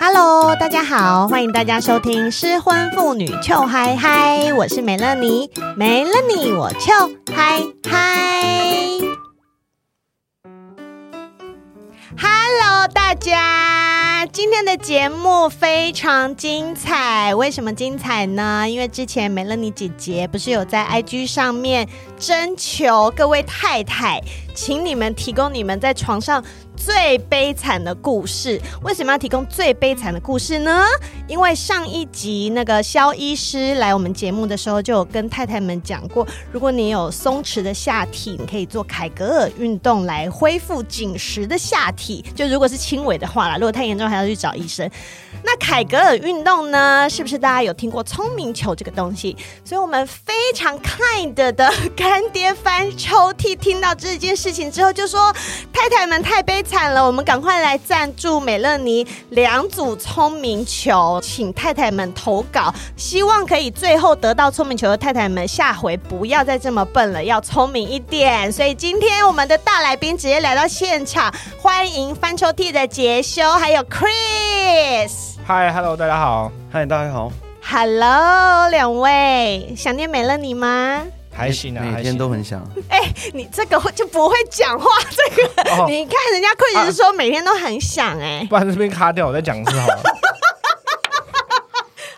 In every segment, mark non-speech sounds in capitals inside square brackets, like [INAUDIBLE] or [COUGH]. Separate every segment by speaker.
Speaker 1: Hello，大家好，欢迎大家收听《失婚妇女糗嗨嗨》，我是美乐妮，没了你我糗嗨嗨。Hello，大家，今天的节目非常精彩。为什么精彩呢？因为之前美乐妮姐姐不是有在 IG 上面征求各位太太，请你们提供你们在床上最悲惨的故事。为什么要提供最悲惨的故事呢？因为上一集那个肖医师来我们节目的时候，就有跟太太们讲过，如果你有松弛的下体，你可以做凯格尔运动来恢复紧实的下体。就如果是轻微的话啦，如果太严重还要去找医生。那凯格尔运动呢，是不是大家有听过聪明球这个东西？所以我们非常 kind 的 [LAUGHS] 干爹翻抽屉，听到这件事情之后就说：“太太们太悲惨了，我们赶快来赞助美乐妮两组聪明球，请太太们投稿，希望可以最后得到聪明球的太太们，下回不要再这么笨了，要聪明一点。”所以今天我们的大来宾直接来到现场，欢迎翻抽屉的杰修还有 Chris。
Speaker 2: 嗨，Hello，大家好，
Speaker 3: 嗨，大家好，
Speaker 1: Hello，两位，想念美乐你吗？
Speaker 2: 还行啊，
Speaker 3: 每
Speaker 2: 还
Speaker 3: 天
Speaker 2: 行
Speaker 3: 都很想。
Speaker 1: [LAUGHS] 你这个会就不会讲话，这个、
Speaker 2: 哦
Speaker 1: 你看人家困人说每天都很想哎、
Speaker 2: 不然这边卡掉，我再讲一次好了。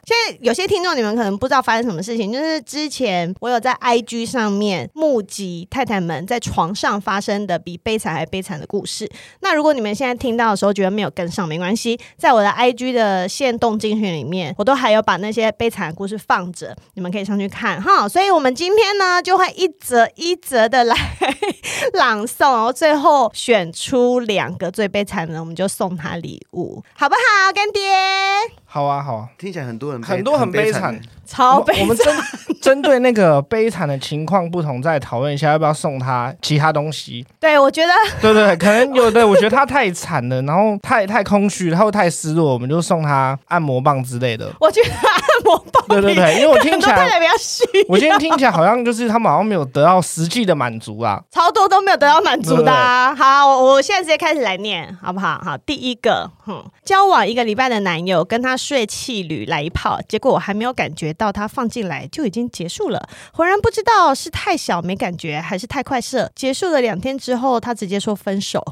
Speaker 1: 现在有些听众你们可能不知道发生什么事情，就是之前我有在 IG 上面募集太太们在床上发生的比悲惨还悲惨的故事。那如果你们现在听到的时候觉得没有跟上，没关系，在我的 IG 的限动精选里面，我都还有把那些悲惨的故事放着，你们可以上去看哈。所以我们今天呢，就会一则一则的来 [LAUGHS] 朗诵，然后最后选出两个最悲惨的，我们就送他礼物，好不好，干爹？
Speaker 2: 好啊，好啊，
Speaker 3: 听起来很多人悲
Speaker 2: 很多很悲惨
Speaker 3: 惨，。
Speaker 1: 超
Speaker 2: 我
Speaker 1: 悲
Speaker 2: 们我们针针对那个悲惨的情况不同，再讨论一下要不要送他其他东西。
Speaker 1: 对，我觉得 [LAUGHS]
Speaker 2: 对对，对可能有的我觉得他太惨了，然后太太空虚，然后太失落，我们就送他按摩棒之类的。
Speaker 1: 我觉得按摩棒比
Speaker 2: 对对对，因为我听
Speaker 1: 很
Speaker 2: 起
Speaker 1: 多太 [LAUGHS]
Speaker 2: 来，
Speaker 1: 太比较虚，
Speaker 2: 我今天听起来好像就是他们好像没有得到实际的满足啊。
Speaker 1: 超多都没有得到满足的、啊。好，我我现在直接开始来念，好不好？好，第一个，哼、交往一个礼拜的男友跟他睡气旅来一炮，结果我还没有感觉到他放进来就已经结束了，浑然不知道是太小没感觉，还是太快射。结束了两天之后，他直接说分手，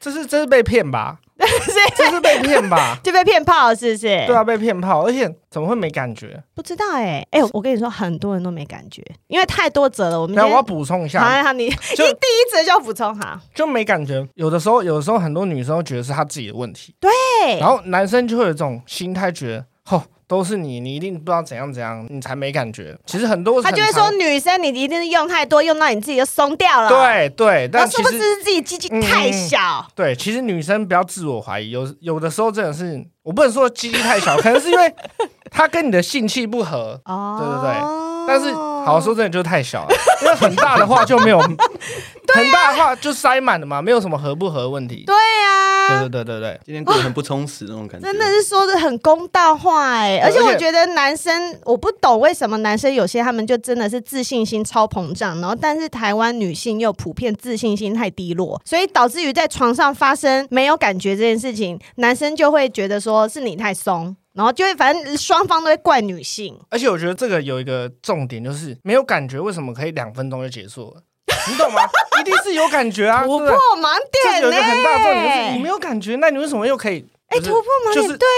Speaker 2: 这是这是被骗吧？这是被骗
Speaker 1: [LAUGHS]
Speaker 2: 吧？
Speaker 1: 就被骗炮是不是？
Speaker 2: 对啊，被骗炮，而且怎么会没感觉？
Speaker 1: 不知道哎、哎、我跟你说，很多人都没感觉，因为太多则了。我们今
Speaker 2: 那我
Speaker 1: 天
Speaker 2: 要补充一下，
Speaker 1: 好，好，啊你一
Speaker 2: 就
Speaker 1: 直就要补充好。
Speaker 2: 就没感觉。有的时候，有的时候很多女生都觉得是她自己的问题，
Speaker 1: 对
Speaker 2: 然后男生就会有这种心态，觉得吼都是你，你一定不知道怎样怎样，你才没感觉。其实很多
Speaker 1: 他就会
Speaker 2: 很
Speaker 1: 说
Speaker 2: 常
Speaker 1: 女生你一定是用太多，用到你自己就松掉了。，
Speaker 2: 对对，
Speaker 1: 然
Speaker 2: 但
Speaker 1: 后
Speaker 2: 其
Speaker 1: 殊不知
Speaker 2: 实
Speaker 1: 是自己鸡鸡太小，
Speaker 2: 对，其实女生不要自我怀疑，有有的时候真的是，我不能说鸡鸡
Speaker 1: [LAUGHS]
Speaker 2: 太小，可能是因为她跟你的性气不合。
Speaker 1: 哦
Speaker 2: 对对对但是好说真的就是太小了，因为很大的话就
Speaker 1: [LAUGHS]
Speaker 2: 没有，很大的话就塞满了嘛，没有什么合不合的问题。
Speaker 1: 啊对啊，
Speaker 2: 对对对对对，
Speaker 3: 今天过得很不充实那种感觉。
Speaker 1: 真的是说的很公道话哎、而且我
Speaker 2: 而且
Speaker 1: 觉得男生，我不懂为什么男生有些他们就真的是自信心超膨胀，然后但是台湾女性又普遍自信心太低落，所以导致于在床上发生没有感觉这件事情，男生就会觉得说是你太松，然后就会反正双方都会怪女性。
Speaker 2: 而且我觉得这个有一个重点，就是没有感觉，为什么可以两分钟就结束了？你
Speaker 1: [LAUGHS]
Speaker 2: 懂吗？一定是有感觉啊！
Speaker 1: 突破
Speaker 2: 对不对
Speaker 1: 盲
Speaker 2: 这
Speaker 1: 点欸
Speaker 2: 有
Speaker 1: 呢、
Speaker 2: 一个很大的重点，就是你没有感觉，那你为什么又可以？
Speaker 1: 哎、
Speaker 2: 就是
Speaker 1: 突破盲
Speaker 2: 就
Speaker 1: 点，
Speaker 2: 是
Speaker 1: 对，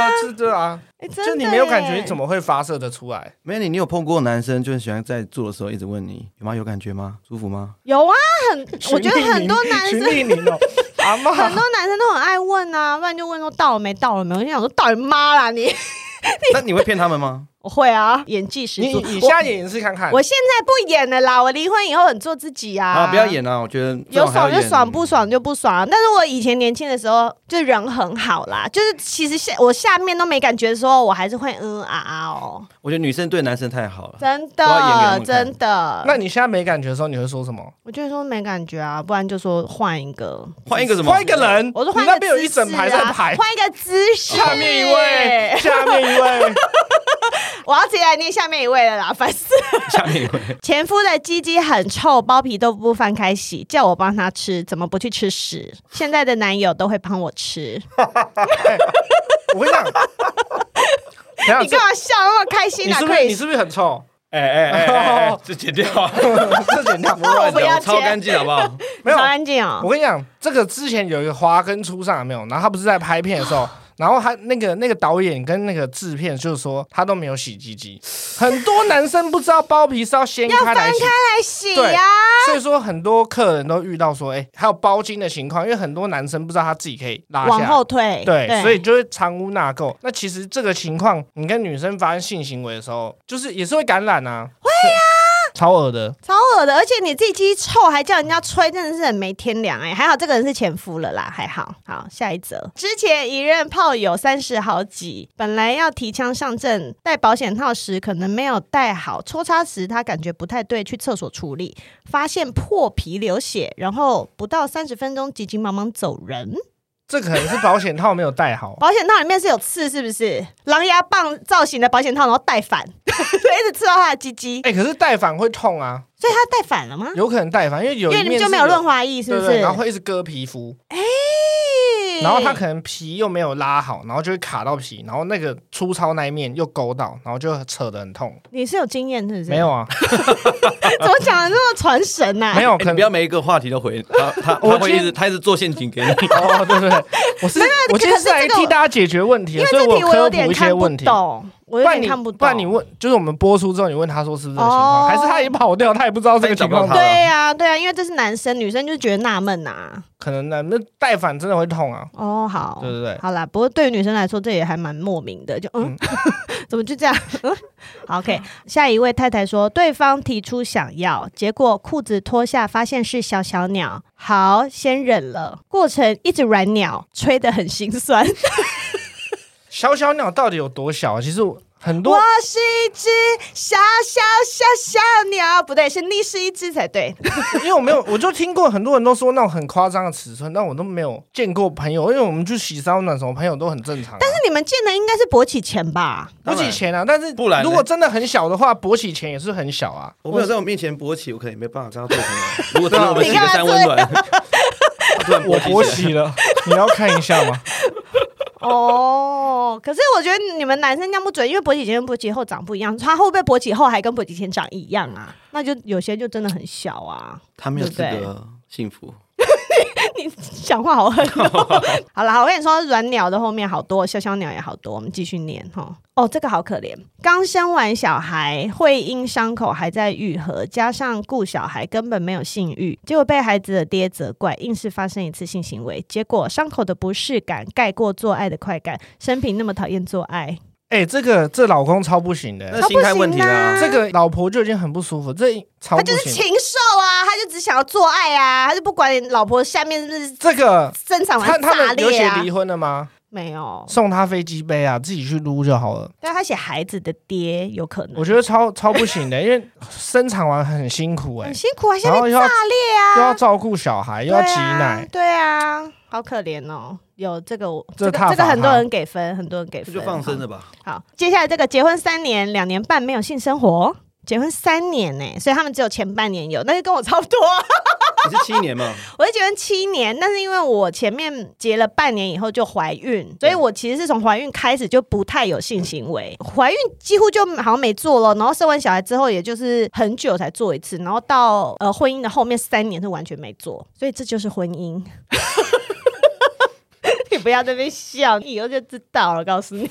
Speaker 2: 啊，是对啊，
Speaker 1: 哎真
Speaker 2: 就
Speaker 1: 的
Speaker 2: 你没有感觉，
Speaker 1: 耶
Speaker 2: 你怎么会发射的出来？
Speaker 3: Manny，你有碰过男生就很喜欢在做的时候一直问你有吗？有感觉吗？舒服吗？
Speaker 1: 有啊？
Speaker 2: [LAUGHS]
Speaker 1: 很， [LAUGHS] 我觉得很多男
Speaker 2: 徐
Speaker 1: 生。
Speaker 2: 丽宁
Speaker 1: [LAUGHS]
Speaker 2: 哦，阿妈，
Speaker 1: 很多男生都很爱问啊，不然就问说到了没，到了没。我就想说，到你妈啦 [LAUGHS] 你！
Speaker 3: 那你会骗他们吗？
Speaker 1: 我会啊，演技十
Speaker 2: 你
Speaker 1: 足。
Speaker 2: 你
Speaker 1: 我
Speaker 2: 下演一次看看。
Speaker 1: 我现在不演了啦，我离婚以后很做自己啊。
Speaker 3: 啊，不要。演啊！我觉得这
Speaker 1: 有
Speaker 3: 种还要
Speaker 1: 爽就
Speaker 3: 演
Speaker 1: 爽，不爽就不爽、但是我以前年轻的时候，就人很好啦，就是其实下我下面都没感觉的时候，我还是会嗯啊啊哦，
Speaker 3: 我觉得女生对男生太好了。
Speaker 1: 真
Speaker 3: 都要演给我
Speaker 1: 的
Speaker 3: 们看
Speaker 1: 真的。
Speaker 2: 那你现在没感觉的时候，你会说什么？
Speaker 1: 我就是说没感觉啊，不然就说换一个。
Speaker 3: 换一个什么？
Speaker 2: 换一个。人，
Speaker 1: 我说
Speaker 2: 你
Speaker 1: 换一个姿势啊、
Speaker 2: 那边有一整排在排，
Speaker 1: 换一个姿势。
Speaker 2: 下面一位，下面一位，
Speaker 1: 我要直接来念下面一位了啦，烦死！
Speaker 3: 下面一位，
Speaker 1: 前夫的鸡鸡很臭，包皮都不翻开洗，叫我帮他吃，怎么不去吃屎？现在的男友都会帮我吃，
Speaker 2: 我跟你讲，等一下
Speaker 1: [LAUGHS] 你干嘛笑那么开心
Speaker 2: 你
Speaker 1: 啊？
Speaker 2: 是不
Speaker 1: 可
Speaker 2: 是你
Speaker 1: 以，
Speaker 2: 是不是很臭？
Speaker 4: 哎哎哎哎哎，这剪掉啊！
Speaker 2: [LAUGHS] 这 [LAUGHS] 简单，
Speaker 1: 那我不要
Speaker 4: 超干
Speaker 1: 接，
Speaker 4: 净好不好？
Speaker 2: 没有
Speaker 1: 好安静哦
Speaker 2: 我。跟你讲，这个之前有一个华根出上有没有？然后他不是在拍片的时 [LAUGHS] 候，然后他那个那个导演跟那个制片就是说他都没有洗鸡鸡，很多男生不知道包皮是要掀开来洗，
Speaker 1: 来洗呀、
Speaker 2: 所以说很多客人都遇到说，哎、还有包茎的情况，因为很多男生不知道他自己可以拉
Speaker 1: 往
Speaker 2: 下。
Speaker 1: 后退。
Speaker 2: 对，所以就会藏污纳垢。那其实这个情况，你跟女生发生性行为的时候，就是也是会感染啊，会啊，超恶的。
Speaker 1: 超恶的，而且你自己鸡臭还叫人家吹，真的是很没天良哎、还好这个人是前夫了啦，还好。好，下一则，之前一任炮友三十好几，本来要提枪上阵，戴保险套时可能没有戴好，抽插时他感觉不太对，去厕所处理，发现破皮流血，然后不到三十分钟急急忙忙走人。
Speaker 2: 这可能是保险套没有戴好，
Speaker 1: 保险套里面是有刺是不是？狼牙棒造型的保险套，然后戴反， [LAUGHS] 所以一直刺到他的鸡鸡，
Speaker 2: 哎、可是戴反会痛啊。
Speaker 1: 所以他戴反了吗？
Speaker 2: 有可能戴反，因为有
Speaker 1: 因
Speaker 2: 一
Speaker 1: 为你们
Speaker 2: 面
Speaker 1: 就是没有润滑液，是不是？
Speaker 2: 对对，然后会一直割皮肤，
Speaker 1: 哎
Speaker 2: 然后它可能皮又没有拉好，然后就会卡到皮，然后那个粗糙那一面又勾到，然后就扯得很痛。
Speaker 1: 你是有经验是不是？ [LAUGHS]
Speaker 2: 没有，啊，
Speaker 1: 怎么讲的那么传神啊呐、
Speaker 2: 没有，
Speaker 4: 哎
Speaker 2: 可
Speaker 4: 你不
Speaker 2: 能
Speaker 4: 要每一个话题都回他，他他会一直他一直做陷阱给你。
Speaker 2: 哦，对对对，我是我今天是来
Speaker 1: 啊可是这个
Speaker 2: 替大家解决问题
Speaker 1: 因
Speaker 2: 的，
Speaker 1: 为
Speaker 2: 所以
Speaker 1: 这题
Speaker 2: 我
Speaker 1: 有
Speaker 2: 科
Speaker 1: 点
Speaker 2: 普一
Speaker 1: 看
Speaker 2: 些
Speaker 1: 不
Speaker 2: 问题。
Speaker 1: 懂，我有
Speaker 2: 然
Speaker 1: 点
Speaker 2: 你
Speaker 1: 看不懂。
Speaker 2: 不然你问，就是我们播出之后，你问他说是不是这个情
Speaker 1: 哦
Speaker 2: 况，还是他已经跑掉，他也不知道这个情
Speaker 4: 他也
Speaker 2: 况
Speaker 4: 找不到。他
Speaker 1: 对呀、对呀、啊因为这是男生，女生就觉得纳闷呐。
Speaker 2: 可能呢，那戴反真的会痛啊。
Speaker 1: 哦，好，
Speaker 2: 对对对
Speaker 1: 好啦。不过对于女生来说，这也还蛮莫名的，就嗯， [LAUGHS] 怎么就这样？ [LAUGHS] 好，OK。下一位太太说，对方提出想要，结果裤子脱下发现是小小鸟，好，先忍了。过程一直软鸟，吹得很心酸。
Speaker 2: 小小鸟到底有多小啊？其实我很多
Speaker 1: 我是一只小小小小鸟，不对，是你是一只才对。
Speaker 2: 因为我没有，我就听过很多人都说那种很夸张的尺寸，但我都没有见过朋友，因为我们去洗桑暖什么朋友都很正常、啊但是
Speaker 1: 那你们见的应该是勃起前吧？
Speaker 2: 勃起前啊，但是
Speaker 4: 不然呢
Speaker 2: 如果真的很小的话，勃起前也是很小啊。
Speaker 3: 我没有在我面前勃起，我可能也没办法跟他做朋友。啊
Speaker 4: 如果真的我们是一个三温暖，突然
Speaker 2: [LAUGHS] 我勃
Speaker 4: 起来
Speaker 2: 起了，你要看一下吗？
Speaker 1: 哦，可是我觉得你们男生这样不准，因为勃起前跟勃起后长不一样，他会不会勃起后还跟勃起前长一样啊？那就有些就真的很小啊。
Speaker 3: 他没有资
Speaker 1: 对不
Speaker 3: 格幸福。
Speaker 1: 你讲话好狠、 [LAUGHS] 哦。好啦，我跟你说，软鸟的后面好多，小小鸟也好多。我们继续念哈。哦，这个好可怜，刚生完小孩，会因伤口还在愈合，加上顾小孩根本没有性欲，结果被孩子的爹责怪，硬是发生一次性行为，结果伤口的不适感盖过做爱的快感，生平那么讨厌做爱，
Speaker 2: 哎、这个这老公超不行的，
Speaker 3: 那心态问题
Speaker 1: 啊
Speaker 3: 啦，
Speaker 2: 这个老婆就已经很不舒服，这
Speaker 1: 他
Speaker 2: 超不
Speaker 1: 就是
Speaker 2: 行。
Speaker 1: 禽兽啊，他就只想要做爱啊，他就不管你老婆下面是不是
Speaker 2: 这个
Speaker 1: 生产
Speaker 2: 他
Speaker 1: 完
Speaker 2: 他
Speaker 1: 炸
Speaker 2: 们有
Speaker 1: 裂
Speaker 2: 写
Speaker 1: 啊
Speaker 2: 离，婚了吗？
Speaker 1: 没有，
Speaker 2: 送他飞机杯啊，自己去撸就好了。
Speaker 1: 但他写孩子的爹有可能
Speaker 2: 我。觉得超超不行的，因为生产完很辛苦哎、
Speaker 1: 很辛苦啊，现
Speaker 2: 然
Speaker 1: 在
Speaker 2: 后
Speaker 1: 炸
Speaker 2: 又要
Speaker 1: 裂啊，
Speaker 2: 又要照顾小孩，又要挤奶，
Speaker 1: 对啊，对啊，好可怜哦。有这个我，
Speaker 2: 这
Speaker 1: 这个
Speaker 2: 踏
Speaker 1: 这个
Speaker 2: 法
Speaker 1: 很
Speaker 2: 哈
Speaker 1: 多人给分，很多人给
Speaker 3: 这
Speaker 1: 分，
Speaker 3: 就放生了吧。
Speaker 1: 好。好，接下来这个结婚三年，两年半没有性生活，结婚三年呢、欸所以他们只有前半年有，那就跟我差不多。
Speaker 3: 你是七年嘛？
Speaker 1: 我是结婚七年，但是因为我前面结了半年以后就怀孕，所以我其实是从怀孕开始就不太有性行为，怀孕几乎就好像没做了，然后生完小孩之后也就是很久才做一次，然后到呃婚姻的后面三年是完全没做，所以这就是婚姻。 [LAUGHS] 你不要在那边笑，你以后就知道了。告诉你，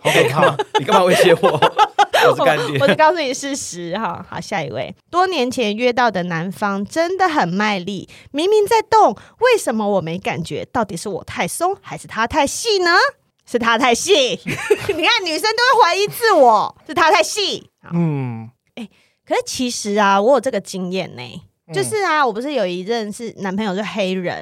Speaker 2: 好可怕。
Speaker 4: 你干嘛威胁我？我是干
Speaker 1: [LAUGHS]
Speaker 4: 爹
Speaker 3: [LAUGHS]
Speaker 1: 我，就告诉你事实哈。好，下一位，多年前约到的男方真的很卖力，明明在动，为什么我没感觉？到底是我太松，还是他太细呢？是他太细， [LAUGHS] 你看女生都会怀疑自我，是他太细。好
Speaker 2: 嗯，
Speaker 1: 可是其实啊，我有这个经验呢、
Speaker 2: 嗯
Speaker 1: 就是啊，我不是有一任是男朋友是黑人，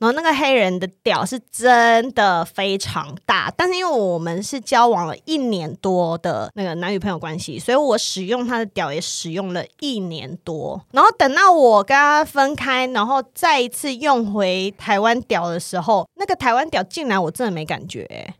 Speaker 1: 然后那个黑人的屌是真的非常大，但是因为我们是交往了一年多的那个男女朋友关系，所以我使用他的屌也使用了一年多，然后等到我跟他分开，然后再一次用回台湾屌的时候，那个台湾屌竟然我真的没感觉欸、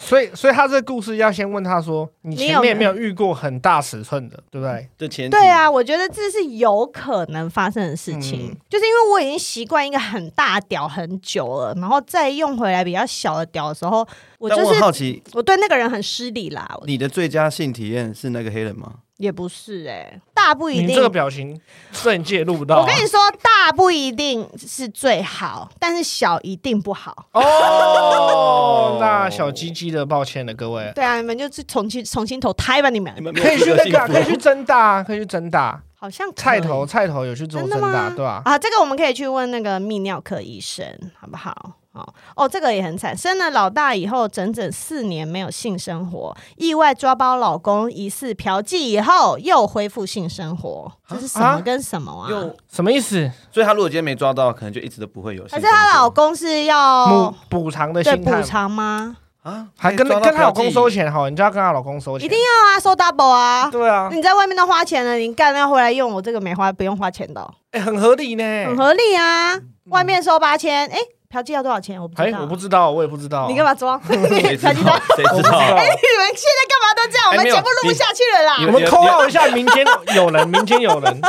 Speaker 2: 所以，所以他这个故事要先问他说，你
Speaker 1: 你
Speaker 2: 前
Speaker 1: 有
Speaker 2: 面
Speaker 1: 没
Speaker 2: 没
Speaker 1: 有
Speaker 2: 有遇过很大尺寸的，对不对？
Speaker 4: 这前提
Speaker 1: 对，啊，我觉得这是有可能发生的事情，
Speaker 2: 嗯
Speaker 1: 就是因为我已经习惯一个很大的屌很久了，然后再用回来比较小的屌的时候，我
Speaker 3: 但
Speaker 1: 就
Speaker 3: 我
Speaker 1: 是
Speaker 3: 很好奇，
Speaker 1: 我对那个人很失礼啦，我
Speaker 3: 你的最佳性体验是那个黑人吗？
Speaker 1: 也不是哎、大不一
Speaker 2: 你
Speaker 1: 定
Speaker 2: 这。个表情，摄影界录不到啊。
Speaker 1: 我跟你说，大不一定是最好，但是小一定不好。
Speaker 2: 哦，那小鸡鸡的，抱歉了，各位，
Speaker 1: 对啊，你们就是重新重新投胎吧，你们
Speaker 4: 们
Speaker 2: 可以去那个啊，可以去
Speaker 4: 去
Speaker 2: 增大啊，可以去增大。
Speaker 1: 好像可以
Speaker 2: 菜头，菜头有去做
Speaker 1: 真的
Speaker 2: 增大，
Speaker 1: 吗
Speaker 2: 对吧？
Speaker 1: 啊，这个我们可以去问那个泌尿科医生，好不好？哦哦，这个也很惨，生了老大以后，整整四年没有性生活，意外抓包老公疑似嫖妓以后，又恢复性生活，这是什么
Speaker 2: 啊
Speaker 1: 跟什么啊？
Speaker 3: 又，
Speaker 2: 什么意思？
Speaker 3: 所以他如果今天没抓到，可能就一直都不会有性
Speaker 1: 还
Speaker 3: 生
Speaker 1: 是
Speaker 3: 活。
Speaker 1: 她老公是
Speaker 2: 补
Speaker 1: 要
Speaker 2: 补偿的
Speaker 1: 对
Speaker 2: 心
Speaker 1: 补
Speaker 2: 态吗，
Speaker 1: 偿吗？
Speaker 3: 啊，
Speaker 2: 还跟
Speaker 3: 可以抓到
Speaker 2: 跟她老
Speaker 3: 嫖
Speaker 2: 公
Speaker 3: 妓
Speaker 2: 收钱好，你就要跟她老公收钱，
Speaker 1: 一定要啊，收 double 啊！
Speaker 2: 对啊，
Speaker 1: 你在外面都花钱了，你干要回来用我这个没花不用花钱的哦、
Speaker 2: 哎，很合理呢。
Speaker 1: 很合理啊。外面收八千，哎，嫖妓要多少钱？我不知
Speaker 2: 嗯哎，
Speaker 1: 道，
Speaker 2: 我不知道， [LAUGHS] 我也不知道。
Speaker 1: 你干嘛装？你
Speaker 3: [LAUGHS]
Speaker 4: 谁知
Speaker 1: [LAUGHS] 嫖妓多
Speaker 4: 道？谁
Speaker 2: 我不
Speaker 4: 知
Speaker 2: 知
Speaker 4: 道？
Speaker 2: 道
Speaker 1: 哎、 [LAUGHS] 你们现在干嘛都这样？我
Speaker 4: 哎
Speaker 1: 们
Speaker 4: 没有
Speaker 1: 节目录不下去了
Speaker 4: 你
Speaker 2: 我
Speaker 1: 啦。
Speaker 4: 你
Speaker 2: 们扣号一下，民间有人，民间有人。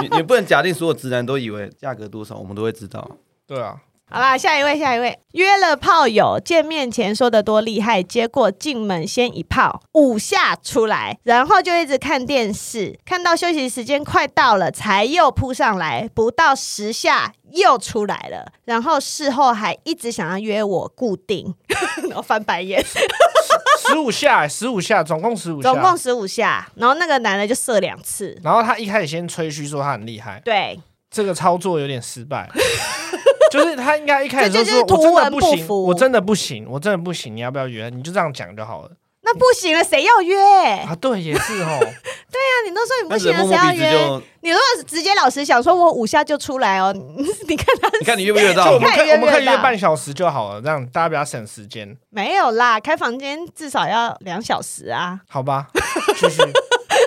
Speaker 3: 你你不能假定所有直男都以为价格多少，我们都会知道。
Speaker 2: 对啊，
Speaker 1: 好啦，下一位，下一位，约了炮友，见面前说的多厉害，结果进门先一炮五下出来，然后就一直看电视，看到休息时间快到了，才又扑上来，不到十下又出来了，然后事后还一直想要约我固
Speaker 4: [LAUGHS]
Speaker 1: 定，然
Speaker 4: 哦
Speaker 1: 后翻白眼，
Speaker 2: 十五下，欸十五下，总共十五
Speaker 1: [LAUGHS]
Speaker 2: 下。
Speaker 1: 总共十五下，然后那个男的就射两次，
Speaker 2: 然后他一开始先吹嘘说他很厉害，
Speaker 1: 对，
Speaker 2: 这个操作有点失
Speaker 1: [LAUGHS]
Speaker 2: 败。就是他应该一开始
Speaker 1: 这
Speaker 2: 就
Speaker 1: 就是
Speaker 2: 说：“我
Speaker 1: 图
Speaker 2: 真
Speaker 1: 文
Speaker 2: 的不
Speaker 1: 不
Speaker 2: 行，
Speaker 1: 符
Speaker 2: 我真的不行，我真的不行，你要不要约？”你就这样讲就好了
Speaker 1: 那不行了，谁要约？
Speaker 2: 啊。对，也
Speaker 1: [LAUGHS]
Speaker 2: 是哦。
Speaker 1: 那你都说你不
Speaker 4: 那只
Speaker 1: 行
Speaker 4: 能
Speaker 1: 了，
Speaker 4: 摸
Speaker 1: 谁
Speaker 4: 摸
Speaker 1: 要
Speaker 4: 鼻子
Speaker 1: 约？
Speaker 4: 就，
Speaker 1: 你如果直接老实想说，我五下就出来哦，你看他
Speaker 4: 你看你约不约得
Speaker 2: 就
Speaker 4: 到？
Speaker 2: 我们可以
Speaker 1: 你看
Speaker 2: 我们可以
Speaker 1: 约得
Speaker 2: 约
Speaker 1: 到
Speaker 2: 半小时就好了，让大家比较省时间，
Speaker 1: 没有啦，开房间至少要两小时啊。[LAUGHS]
Speaker 2: 好吧？继续。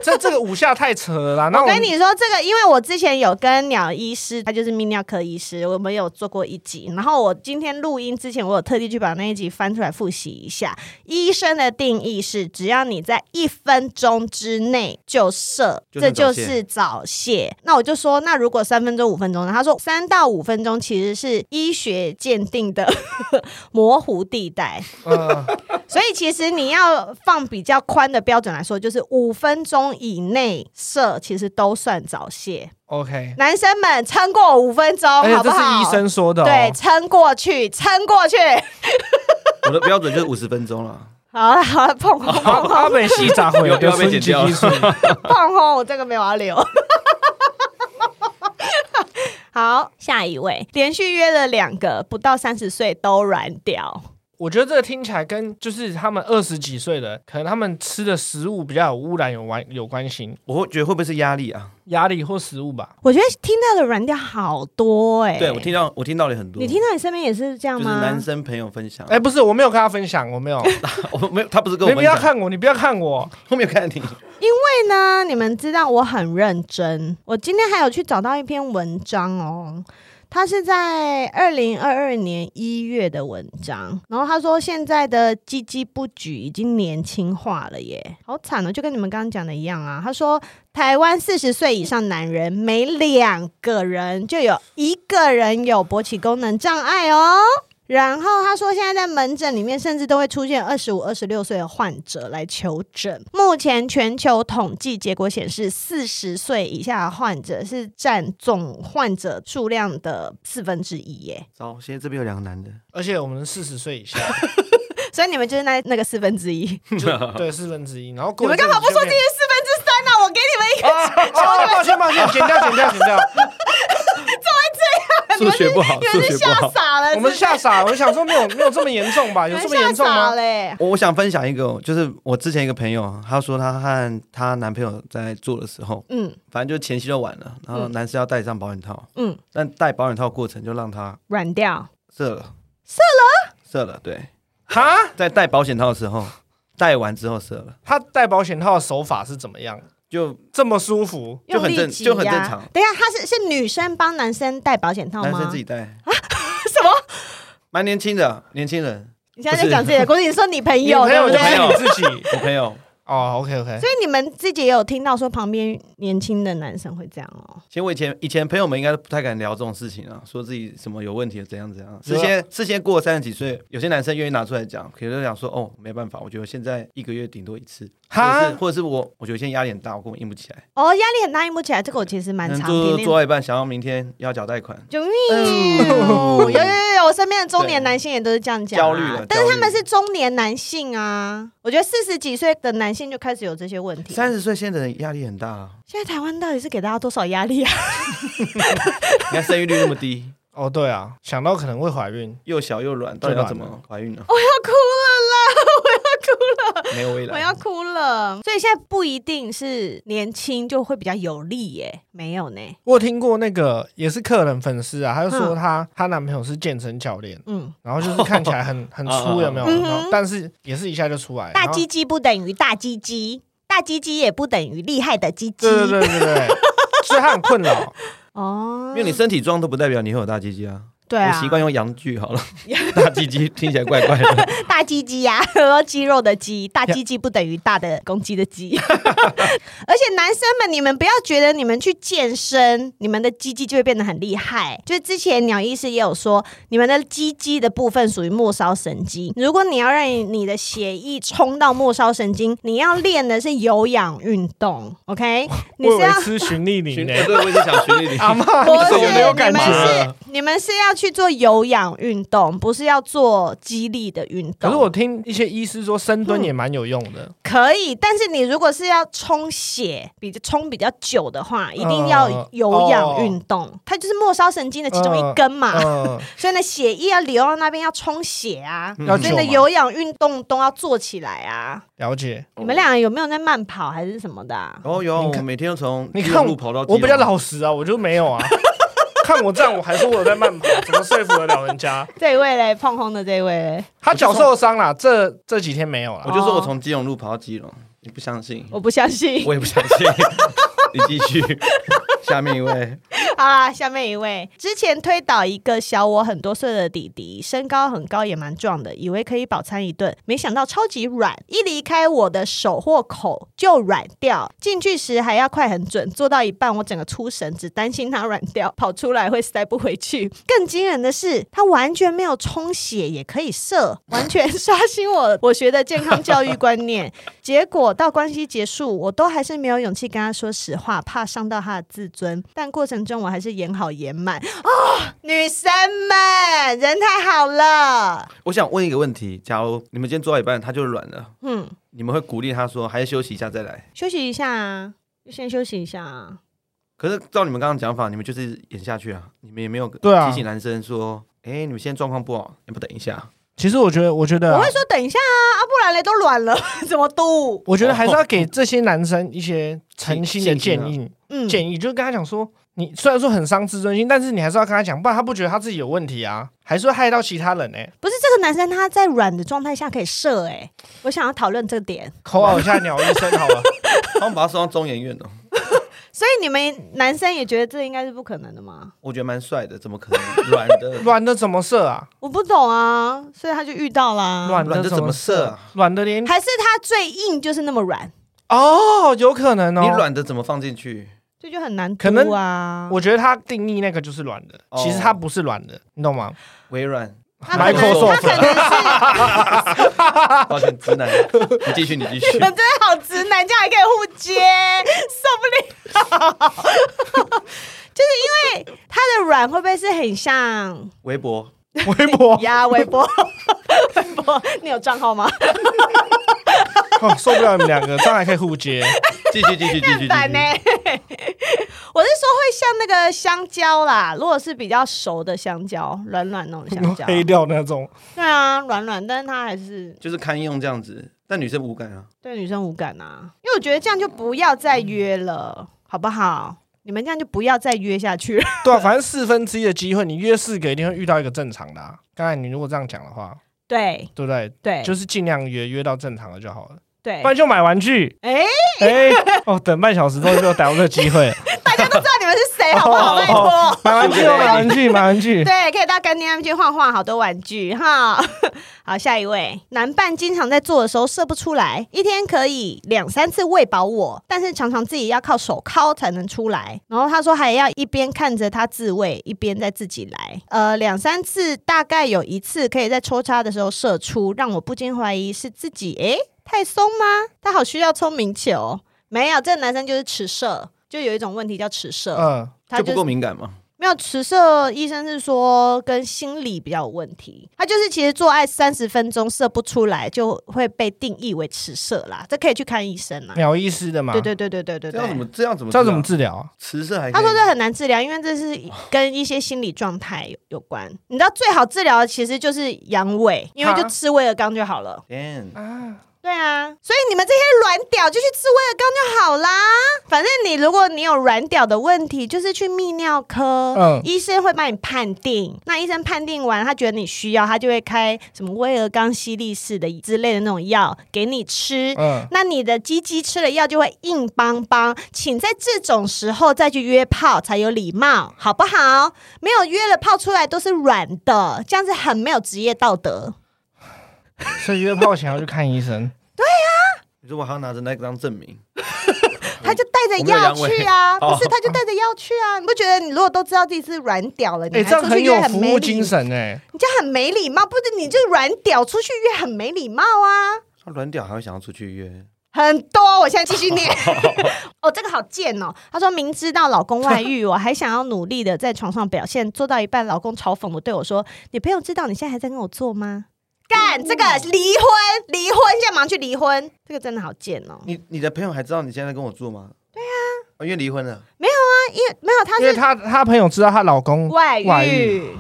Speaker 2: 这这个五下太扯了啦。那
Speaker 1: 我
Speaker 2: 我
Speaker 1: 跟你说这个，因为我之前有跟鸟医师，他就是泌尿科医师，我们有做过一集。然后我今天录音之前，我有特地去把那一集翻出来复习一下。医生的定义是，只要你在一分钟之内就射，
Speaker 3: 就
Speaker 1: 这
Speaker 3: 是早
Speaker 1: 就
Speaker 3: 泄
Speaker 1: 是早泄。那我就说，那如果三分钟、五分钟呢？他说三到五分钟其实是医学鉴定的 [LAUGHS] 模糊地带。
Speaker 2: 呃，
Speaker 1: 所以其实你要放比较宽的标准来说，就是五分钟以内射，其实都算早泄。
Speaker 2: OK，
Speaker 1: 男生们撑过五分钟，
Speaker 3: 哎
Speaker 2: 而且
Speaker 1: 哦好不
Speaker 2: 这是
Speaker 1: 好？
Speaker 2: 医生说的、哦，
Speaker 1: 对，撑过去，撑过去。
Speaker 3: 我的标准就是五十分钟了。
Speaker 1: 好了好了，碰轰
Speaker 2: 好，
Speaker 1: 碰
Speaker 2: 阿
Speaker 1: 轰
Speaker 2: 本戏咋会有
Speaker 4: 有有被剪掉了
Speaker 1: 碰轰，我这个没有要留。 [LAUGHS] 好，下一位，连续约了两个，不到三十岁都软屌。
Speaker 2: 我觉得这个听起来跟就是他们二十几岁的，可能他们吃的食物比较有污染有关有关系，
Speaker 3: 我会觉得会不会是压力啊？
Speaker 2: 压力或食物吧。
Speaker 1: 我觉得听到的软屌好多哎、
Speaker 3: 对我听到我听到了很多，
Speaker 1: 你听到你身边也是这样
Speaker 3: 就是
Speaker 1: 吗？
Speaker 3: 男生朋友分享，
Speaker 2: 哎、不是，我没有跟他分享，我没有，
Speaker 3: 我没有，他不是跟
Speaker 2: 你
Speaker 3: 啊我
Speaker 2: 不
Speaker 3: 分
Speaker 2: 要
Speaker 3: 享，
Speaker 2: 看我，你不要看我，
Speaker 3: 后面有
Speaker 1: [LAUGHS]
Speaker 3: 看你，
Speaker 1: 所以呢，你们知道我很认真。我今天还有去找到一篇文章哦，它是在二零二二年一月的文章。然后他说，现在的鸡鸡布局已经年轻化了耶，好惨哦，就跟你们刚刚讲的一样啊。他说，台湾四十岁以上男人每两个人就有一个人有勃起功能障碍哦。然后他说，现在在门诊里面，甚至都会出现二十五、二十六岁的患者来求诊。目前全球统计结果显示，四十岁以下的患者是占总患者数量的四分之一耶。
Speaker 3: 早现在这边有两个男的，
Speaker 2: 而且我们四十岁以下，
Speaker 1: 所以你们就是那那个四分之一。
Speaker 2: 对，四分之一。然后
Speaker 1: 你
Speaker 2: 过
Speaker 1: 们
Speaker 2: 一
Speaker 1: 干
Speaker 2: 阵子
Speaker 1: 嘛不说
Speaker 2: 就
Speaker 1: 这
Speaker 2: 变
Speaker 1: 些四分之三呢、我给你们一个， [LAUGHS]
Speaker 2: 啊啊？抱歉抱歉，剪掉剪掉剪掉，
Speaker 4: 数学不好，
Speaker 1: [LAUGHS] 你
Speaker 4: 数
Speaker 1: 们
Speaker 4: 学
Speaker 1: 是
Speaker 4: 不
Speaker 1: 吓
Speaker 4: 好。
Speaker 1: 傻了是
Speaker 2: 我
Speaker 1: 不
Speaker 2: 们
Speaker 1: 是，
Speaker 2: 吓傻了，我想说没有没有这么严重吧？
Speaker 1: 你
Speaker 2: 有这
Speaker 1: 们
Speaker 2: 么严
Speaker 1: 吓
Speaker 2: 重
Speaker 1: 傻
Speaker 2: 吗？
Speaker 1: 嘞。
Speaker 3: 我我想分享一个哦，就是我之前一个朋友，他说他和他男朋友在做的时候，
Speaker 1: 嗯
Speaker 3: 反正就前期就晚了，然后男生要戴上保险套，
Speaker 1: 嗯，
Speaker 3: 但戴保险套过程就让他
Speaker 1: 软掉。
Speaker 3: 射了，射了，射了，对，
Speaker 2: 哈，
Speaker 3: 在戴保险套的时候，戴完之后射了，
Speaker 2: 他戴保险套的手法是怎么样？
Speaker 3: 就
Speaker 2: 这么舒服？
Speaker 3: 就很
Speaker 1: 用力
Speaker 3: 正
Speaker 1: 挤
Speaker 3: 就很
Speaker 1: 压
Speaker 3: 正常
Speaker 1: 等一下，他是是女生帮男生戴保险套吗？啊
Speaker 3: 男生自己戴，
Speaker 1: [LAUGHS] 什么？
Speaker 3: 蛮年轻的年轻人，
Speaker 1: 你现在在讲自己的故事，你说你朋
Speaker 2: 你
Speaker 1: 友
Speaker 2: 朋
Speaker 1: 对不
Speaker 2: 友就
Speaker 1: 对？所
Speaker 2: 是你自
Speaker 1: [LAUGHS]
Speaker 2: 己
Speaker 3: 我朋友，
Speaker 2: 哦，OK OK，
Speaker 1: 以你们自己也有听到说旁边年轻的男生会这样哦，
Speaker 3: 其实我以前以前朋友们应该不太敢聊这种事情啊，说自己什么有问题怎样怎样。
Speaker 2: 有
Speaker 3: 事
Speaker 2: 啊
Speaker 3: 先事先过三十几岁，有些男生愿意拿出来讲，可能就讲说哦没办法，我觉得我现在一个月顶多一次，或者
Speaker 2: 哈
Speaker 3: 是或者是我我觉得现在压力很大，我根本硬不起来，
Speaker 1: 哦，压力很大，硬不起来，这个我其实蛮
Speaker 3: 能
Speaker 1: 常
Speaker 3: 做
Speaker 1: 听
Speaker 3: 嗯做
Speaker 1: 的。
Speaker 3: 到一半想要明天要缴贷款，
Speaker 1: 就
Speaker 3: [LAUGHS]
Speaker 1: 有有有，我身边的中年男性也都是这样讲、啊，
Speaker 3: 焦虑了
Speaker 1: 但是
Speaker 3: 焦虑
Speaker 1: 他们是中年男性啊，我觉得四十几岁的男性就开始有这些问题。
Speaker 3: 三十岁现在的人压力很大、啊，
Speaker 1: 现在台湾到底是给大家多少压力
Speaker 3: [LAUGHS]
Speaker 1: 啊？
Speaker 3: 你看生育率那么低，
Speaker 2: 哦对啊，想到可能会怀孕，
Speaker 3: 又小又软，到底要怎么怀孕呢、
Speaker 1: 我要哭了啦！我要哭了。
Speaker 3: 没有未
Speaker 1: 我
Speaker 3: 来
Speaker 1: 要。哭了，所以现在不一定是年轻就会比较有力耶，没有呢，
Speaker 2: 我有听过那个也是客人粉丝啊，他就
Speaker 1: 嗯
Speaker 2: 说她她男朋友是健身教练，
Speaker 1: 嗯，
Speaker 2: 然后就是看起
Speaker 1: [LAUGHS]
Speaker 2: 来很很粗，有没有？
Speaker 1: 嗯哼
Speaker 2: 然后但是也是一下就出来，
Speaker 1: 大
Speaker 2: 然后
Speaker 3: 哎
Speaker 1: 鸡鸡不等于大鸡鸡，大鸡鸡也不等于厉害的鸡鸡，
Speaker 2: 对对对对对，所以他很困扰。
Speaker 1: 哦，
Speaker 3: 因为你身体壮都不代表你会有大鸡鸡啊，
Speaker 1: 对啊
Speaker 3: 我，习惯用洋
Speaker 2: [LAUGHS]
Speaker 3: 句好了，大鸡鸡听起来怪怪的。
Speaker 1: 大鸡鸡呀、 [LAUGHS] 和肌肉的鸡，大鸡鸡不等于大的公鸡的
Speaker 3: [LAUGHS]
Speaker 1: 鸡。而且男生们，你们不要觉得你们去健身，你们的鸡鸡就会变得很厉害。就是之前鸟医师也有说，你们的鸡鸡的部分属于末梢神经。如果你要让你的血液冲到末梢神经，你要练的是有氧运动。OK，你
Speaker 2: 我
Speaker 1: 是
Speaker 2: 以为
Speaker 1: 要。
Speaker 2: 吃循例
Speaker 3: 群哎
Speaker 2: 林呢
Speaker 3: 对，，我也是想群里你。
Speaker 2: [LAUGHS] 阿妈
Speaker 1: 不
Speaker 2: 啊
Speaker 1: 是，
Speaker 2: 你怎么没有
Speaker 1: 你
Speaker 2: 感
Speaker 1: 们
Speaker 2: 觉？
Speaker 1: 是你们是要去做有氧运动，不是要做肌力的运动。
Speaker 2: 可是我听一些医师说，深蹲也蛮有用的。
Speaker 1: 可以，但是你如果是要充血，比冲比较久的话，一
Speaker 2: 嗯
Speaker 1: 定要有氧运动，它就是末梢神经的其中一根嘛，
Speaker 2: 哦嗯，
Speaker 1: 所以呢，血液要流到那边要充血啊，
Speaker 2: 要
Speaker 1: 所以
Speaker 2: 久
Speaker 1: 呢，
Speaker 2: 吗
Speaker 1: 有氧运动都要做起来啊。
Speaker 2: 了解。
Speaker 1: 你们俩有没有在慢跑还是什么的啊、
Speaker 3: 哦，有啊，
Speaker 2: 你
Speaker 3: 我
Speaker 2: 看
Speaker 3: 每天都从
Speaker 2: 你
Speaker 3: 基
Speaker 2: 看
Speaker 3: 隆路跑
Speaker 1: 哦
Speaker 3: 到
Speaker 2: 我比较
Speaker 3: 老。
Speaker 2: 老实啊，我就没
Speaker 1: [LAUGHS]
Speaker 2: 有啊。看我这样，我还说我在慢跑，怎么说服得了人家？
Speaker 1: 这一位嘞，碰红的这一位嘞，
Speaker 2: 他脚受伤啦，这这几天没有
Speaker 3: 我
Speaker 2: 了。
Speaker 3: 就说我从基隆路跑到基隆，你不相信，
Speaker 2: 哦
Speaker 1: 我不相信。
Speaker 3: 我也不相
Speaker 2: [LAUGHS]
Speaker 3: 信。你继续，下面一位，
Speaker 1: [LAUGHS] 好啦，下面一位，之前推倒一个小我很多岁的弟弟，身高很高，也蛮壮的，以为可以饱餐一顿，没想到超级软，一离开我的手或口就软掉，进去时还要快很准，做到一半我整个出神，只担心它软掉，跑出来会塞不回去。更惊人的是，它完全没有充血，也可以射，完全刷新我我学的健康教育观念。结果到关系结束，我都还是没有勇气跟他说实话，怕伤到他的自尊。但过程中我还是演好演满哦，女生们人太好了，
Speaker 3: 我想问一个问题：假如你们今天做到一半，他就软了，
Speaker 1: 嗯，
Speaker 3: 你们会鼓励他说还是休息一下再来？
Speaker 1: 休息一下啊，就先休息一下啊。
Speaker 3: 可是照你们刚刚讲法，你们就是演下去啊，你们也没有
Speaker 2: 对啊
Speaker 3: 提醒男生说，哎、你们现在状况不好，要不等一下？
Speaker 2: 其实我觉得，我觉得
Speaker 1: 我
Speaker 2: 啊，
Speaker 1: 会说等一下啊，啊不然嘞都软了 [LAUGHS] 怎么嘟？
Speaker 2: 我觉得还是要给这些男生一
Speaker 3: 哦
Speaker 2: 些诚心的建
Speaker 3: 信
Speaker 2: 议。
Speaker 1: 嗯，
Speaker 2: 建议就跟他讲说，你虽然说很伤自尊心，但是你还是要跟他讲，不然他不觉得他自己有问题啊，还是会害到其他人呢、
Speaker 1: 不是这个男生他在软的状态下可以射哎、我想要讨论这个点。
Speaker 2: 口
Speaker 3: [LAUGHS]
Speaker 2: 咬一下鸟医生好了。
Speaker 3: 他们把他送到中研院了，
Speaker 1: 所哎以你们男生也觉得这应该是不可能的吗？
Speaker 3: 我觉得蛮帅的，怎么可能软的？
Speaker 2: [LAUGHS] 软的怎么射
Speaker 3: [LAUGHS]
Speaker 2: 啊？
Speaker 1: 我不懂啊，所以他就遇到啦。
Speaker 2: 软
Speaker 3: 软
Speaker 2: 的
Speaker 3: 的怎么射啊？
Speaker 2: 软的连
Speaker 1: 还是他最硬就是那么软，
Speaker 2: 哦，有可能哦。
Speaker 3: 你，软的怎么放进去？
Speaker 1: 这就很难
Speaker 2: 可能
Speaker 1: 读啊。
Speaker 2: 我觉得他定义那个就是软的，
Speaker 3: 哦
Speaker 2: 其实它不是软的，你懂吗？ [LAUGHS]
Speaker 3: 微软，
Speaker 1: 他可
Speaker 2: Microsoft
Speaker 1: 能他可能是
Speaker 3: 抱歉，啊直男，你继续，你
Speaker 1: [LAUGHS]
Speaker 3: 继续
Speaker 1: 你。们真的好直男，这样还可以互接，受不了。就是因为他的软会不会是很像
Speaker 3: 微博，
Speaker 2: 微博
Speaker 1: 呀微博？微博，你有账号
Speaker 2: [LAUGHS]
Speaker 1: 吗？
Speaker 2: 哦受不了你们两个，这样还可以互
Speaker 3: [LAUGHS]
Speaker 2: 接。
Speaker 3: 继续，继续，继续，
Speaker 1: [LAUGHS]
Speaker 3: 继
Speaker 1: 烦呢、
Speaker 3: 续。
Speaker 1: 我是说会像那个香蕉啦，如果是比较熟的香蕉，软软那种香蕉，
Speaker 2: [LAUGHS] 黑掉那种，
Speaker 1: 对啊，软软，但是它还是
Speaker 3: 就是堪用这样子，但女生无感啊。
Speaker 1: 对女生无感啊，因为我觉得这样就不要再约了，好不好？你们这样就不要再约下去了。
Speaker 2: 对啊，反正四分之一的机会，你约四个一定会遇到一个正常的、啊。刚才你如果这样讲的话，
Speaker 1: 对
Speaker 2: 对不对？
Speaker 1: 对，
Speaker 2: 就是是尽量约约到正常的就好了，
Speaker 1: 对
Speaker 2: 不。然就买玩具。
Speaker 1: 哎、
Speaker 2: 哎、哦，等半小时终于没有逮到这个机会，
Speaker 1: 大家都知道你们是谁谁好不好？拜托。
Speaker 2: 买玩具哦，买玩具，买玩 [LAUGHS] 具。
Speaker 1: 对，可以到干爹那边去晃晃，好多玩具哈。 [LAUGHS] 好，下一位，男伴经常在做的时候射不出来，一天可以两三次喂饱我，但是常常自己要靠手铐才能出来。然后他说还要一边看着他自慰，一边再自己来。呃，两三次，大概有一次可以在抽插的时候射出，让我不禁怀疑是自己诶太松吗？他好需要聪明球，没有，这个男生就是迟射，就有一种问题叫迟射，
Speaker 2: 嗯，
Speaker 1: 他
Speaker 3: 就
Speaker 1: 就
Speaker 3: 不
Speaker 1: 是
Speaker 3: 够敏感嘛。
Speaker 1: 没有，迟射医生是说跟心理比较有问题，他就是其实做爱三十分钟射不出来，就会被定义为迟射啦，这可以去看医生啦。
Speaker 2: 鸟医师的嘛。
Speaker 1: 对对对对对对
Speaker 3: 哎这样怎么
Speaker 1: 对。
Speaker 3: 这样怎么
Speaker 2: 这要怎么
Speaker 3: 治啊
Speaker 2: 治疗啊？
Speaker 3: 迟射还可
Speaker 1: 他
Speaker 3: 以
Speaker 1: 说这很难治疗，因为这是跟一些心理状态有有关。你知道最好治疗的其实就是阳痿，因为就
Speaker 2: 哈
Speaker 1: 吃威尔刚就好了。
Speaker 3: Damn
Speaker 1: 对啊，所以你们这些软屌就去吃威尔刚就好啦。反正你如果你有软屌的问题，就是去泌尿科，
Speaker 2: 嗯
Speaker 1: 医生会帮你判定。那医生判定完，他觉得你需要，他就会开什么威尔刚西力士的之类的那种药给你吃。
Speaker 2: 嗯，
Speaker 1: 那你的鸡鸡吃了药就会硬邦邦，请在这种时候再去约炮才有礼貌，好不好？没有约了炮出来都是软的，这样子很没有职业道德。
Speaker 2: 所以约炮前要去看医生。
Speaker 3: 你说我还要拿着那张证明，
Speaker 1: 他就带着
Speaker 4: 我没有
Speaker 1: 药
Speaker 4: 阳痿
Speaker 1: 去 [LAUGHS] 啊，不
Speaker 4: 好
Speaker 1: 是，他就带着药去啊。你不觉得你如果都知道自己是软屌了，你
Speaker 2: 哎，
Speaker 1: 还
Speaker 2: 这样
Speaker 1: 出去
Speaker 2: 很
Speaker 1: 约
Speaker 2: 有
Speaker 1: 很
Speaker 2: 服
Speaker 1: 没
Speaker 2: 务
Speaker 1: 礼
Speaker 2: 精，神哎。
Speaker 1: 你这样很没礼貌，不是？你就是软屌出去约很没礼貌啊。
Speaker 3: 他软屌还会想要出去约，
Speaker 1: 很多，我现在继续 [LAUGHS] 念。哦，这个好贱哦！他说明知道老公外遇， [LAUGHS] 我还想要努力的在床上表现，做到一半，老公嘲讽的对我说：“女朋友知道你现在还在跟我做吗？”干这个离婚，离婚，现在马上去离婚，这个真的好贱哦！
Speaker 3: 你你的朋友还知道你现在在跟我做吗？对啊，因为离婚了，
Speaker 1: 那因为没有，他
Speaker 2: 因为
Speaker 1: 是
Speaker 2: 她她朋友知道她老公
Speaker 1: 外遇。
Speaker 2: 外遇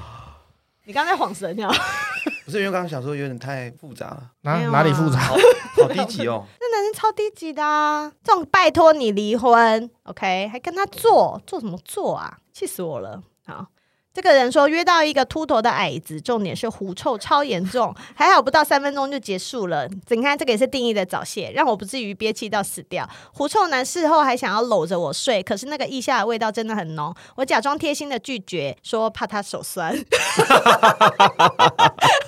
Speaker 1: 你刚才晃神了，
Speaker 3: 不是因为刚刚想说有点太复杂
Speaker 2: [LAUGHS]
Speaker 3: 了，
Speaker 2: 哪
Speaker 1: 没有啊
Speaker 2: 哪里复杂？
Speaker 3: 好低级哦。
Speaker 1: 这男生超低级的、啊，这种拜托你离婚，OK，还跟他做做什么做啊？气死我了！好，这个人说约到一个秃头的矮子，重点是狐臭超严重， [LAUGHS] 还好不到三分钟就结束了。你看这个也是定义的早泄，让我不至于憋气到死掉。狐臭男事后还想要搂着我睡，可是那个腋下的味道真的很浓，我假装贴心的拒绝，说怕他手酸。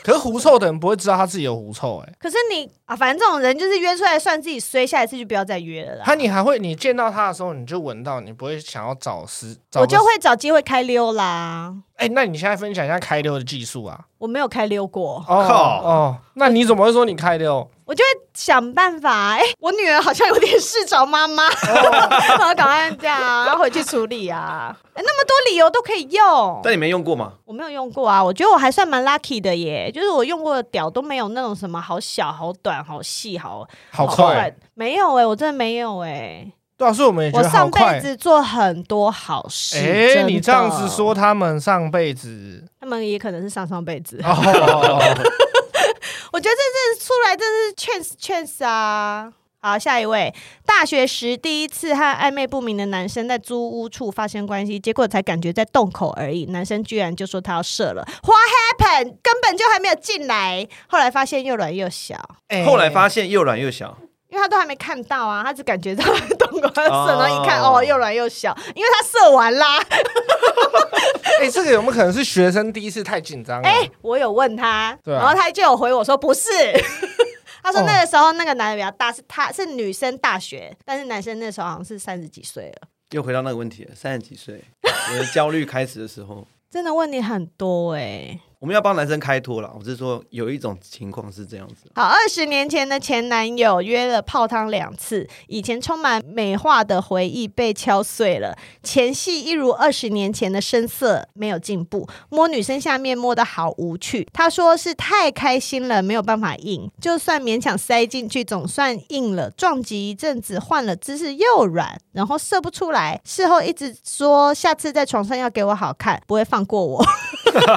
Speaker 2: 可是狐臭的人不会知道他自己有狐臭哎。
Speaker 1: 可是你啊，反正这种人就是约出来算自己衰，下一次就不要再约了啦。
Speaker 2: 他你还会你见到他的时候你就闻到，你不会想要找时找个
Speaker 1: 我就会找机会开溜啦。
Speaker 2: 哎，那你现在分享一下开溜的技术啊？
Speaker 1: 我没有开溜过，
Speaker 2: 哦
Speaker 3: 靠
Speaker 2: 哦，那你怎么会说你开溜？
Speaker 1: 我就会想办法。哎、我女儿好像有点事找妈妈，
Speaker 2: 哦
Speaker 1: [LAUGHS] 然后赶快这样啊，然后回去处理啊。哎、那么多理由都可以用，
Speaker 3: 但你没用过吗？
Speaker 1: 我没有用过啊。我觉得我还算蛮 lucky 的耶，就是我用过的屌都没有那种什么好小、好短、好细、好
Speaker 2: 好快，，
Speaker 1: 没有哎、我真的没有哎、
Speaker 2: 对啊，所以我们也觉
Speaker 1: 我
Speaker 2: 得好
Speaker 1: 上辈
Speaker 2: 快。
Speaker 1: 子做很多好事，
Speaker 2: 哎，
Speaker 1: 真
Speaker 2: 你
Speaker 1: 的
Speaker 2: 这样子说，，他们上辈 [LAUGHS] 子
Speaker 1: 他们也可能是上上辈子。
Speaker 2: [LAUGHS] 哦，
Speaker 1: 我觉得这这出来真是 chance chance 啊。好，下一位，大学时第一次和暧昧不明的男生在租屋处发生关系，结果才感觉在洞口而已，男生居然就说他要射了，What happened？根本就还没有进来，后来发现又软又小，
Speaker 2: 哎
Speaker 3: 后来发现又软又小，
Speaker 1: 因为他都还没看到啊，他只感觉到 [LAUGHS] 洞口要射，
Speaker 3: 哦
Speaker 1: 然后一看哦，又软又小，因为他射完啦。
Speaker 2: 哎，这个有没有可能是学生第一次太紧张了？啊
Speaker 1: 哎、我有问他，
Speaker 2: 对啊哦
Speaker 1: 然后他就有回我说不
Speaker 2: [LAUGHS]
Speaker 1: 是。他说那个时候那个男的比较大，是他是女生大学，但是男生那时候好像是三十几岁了。
Speaker 3: 又回到那个问题了。三十几岁， [LAUGHS] 我的焦虑开始的时候，
Speaker 1: 真的问题很多哎、
Speaker 3: 我们要帮男生开脱了。我是说，有一种情况是这样子，
Speaker 1: 好，二十年前的前男友约了泡汤两次，以前充满美化的回忆被敲碎了。前戏一如二十年前的深色，没有进步，摸女生下面摸的好无趣。他说是太开心了，没有办法硬，就算勉强塞进去，总算硬了。撞击一阵子，换了姿势又软，然后射不出来。事后一直说下次在床上要给我好看，不会放过我。 [LAUGHS]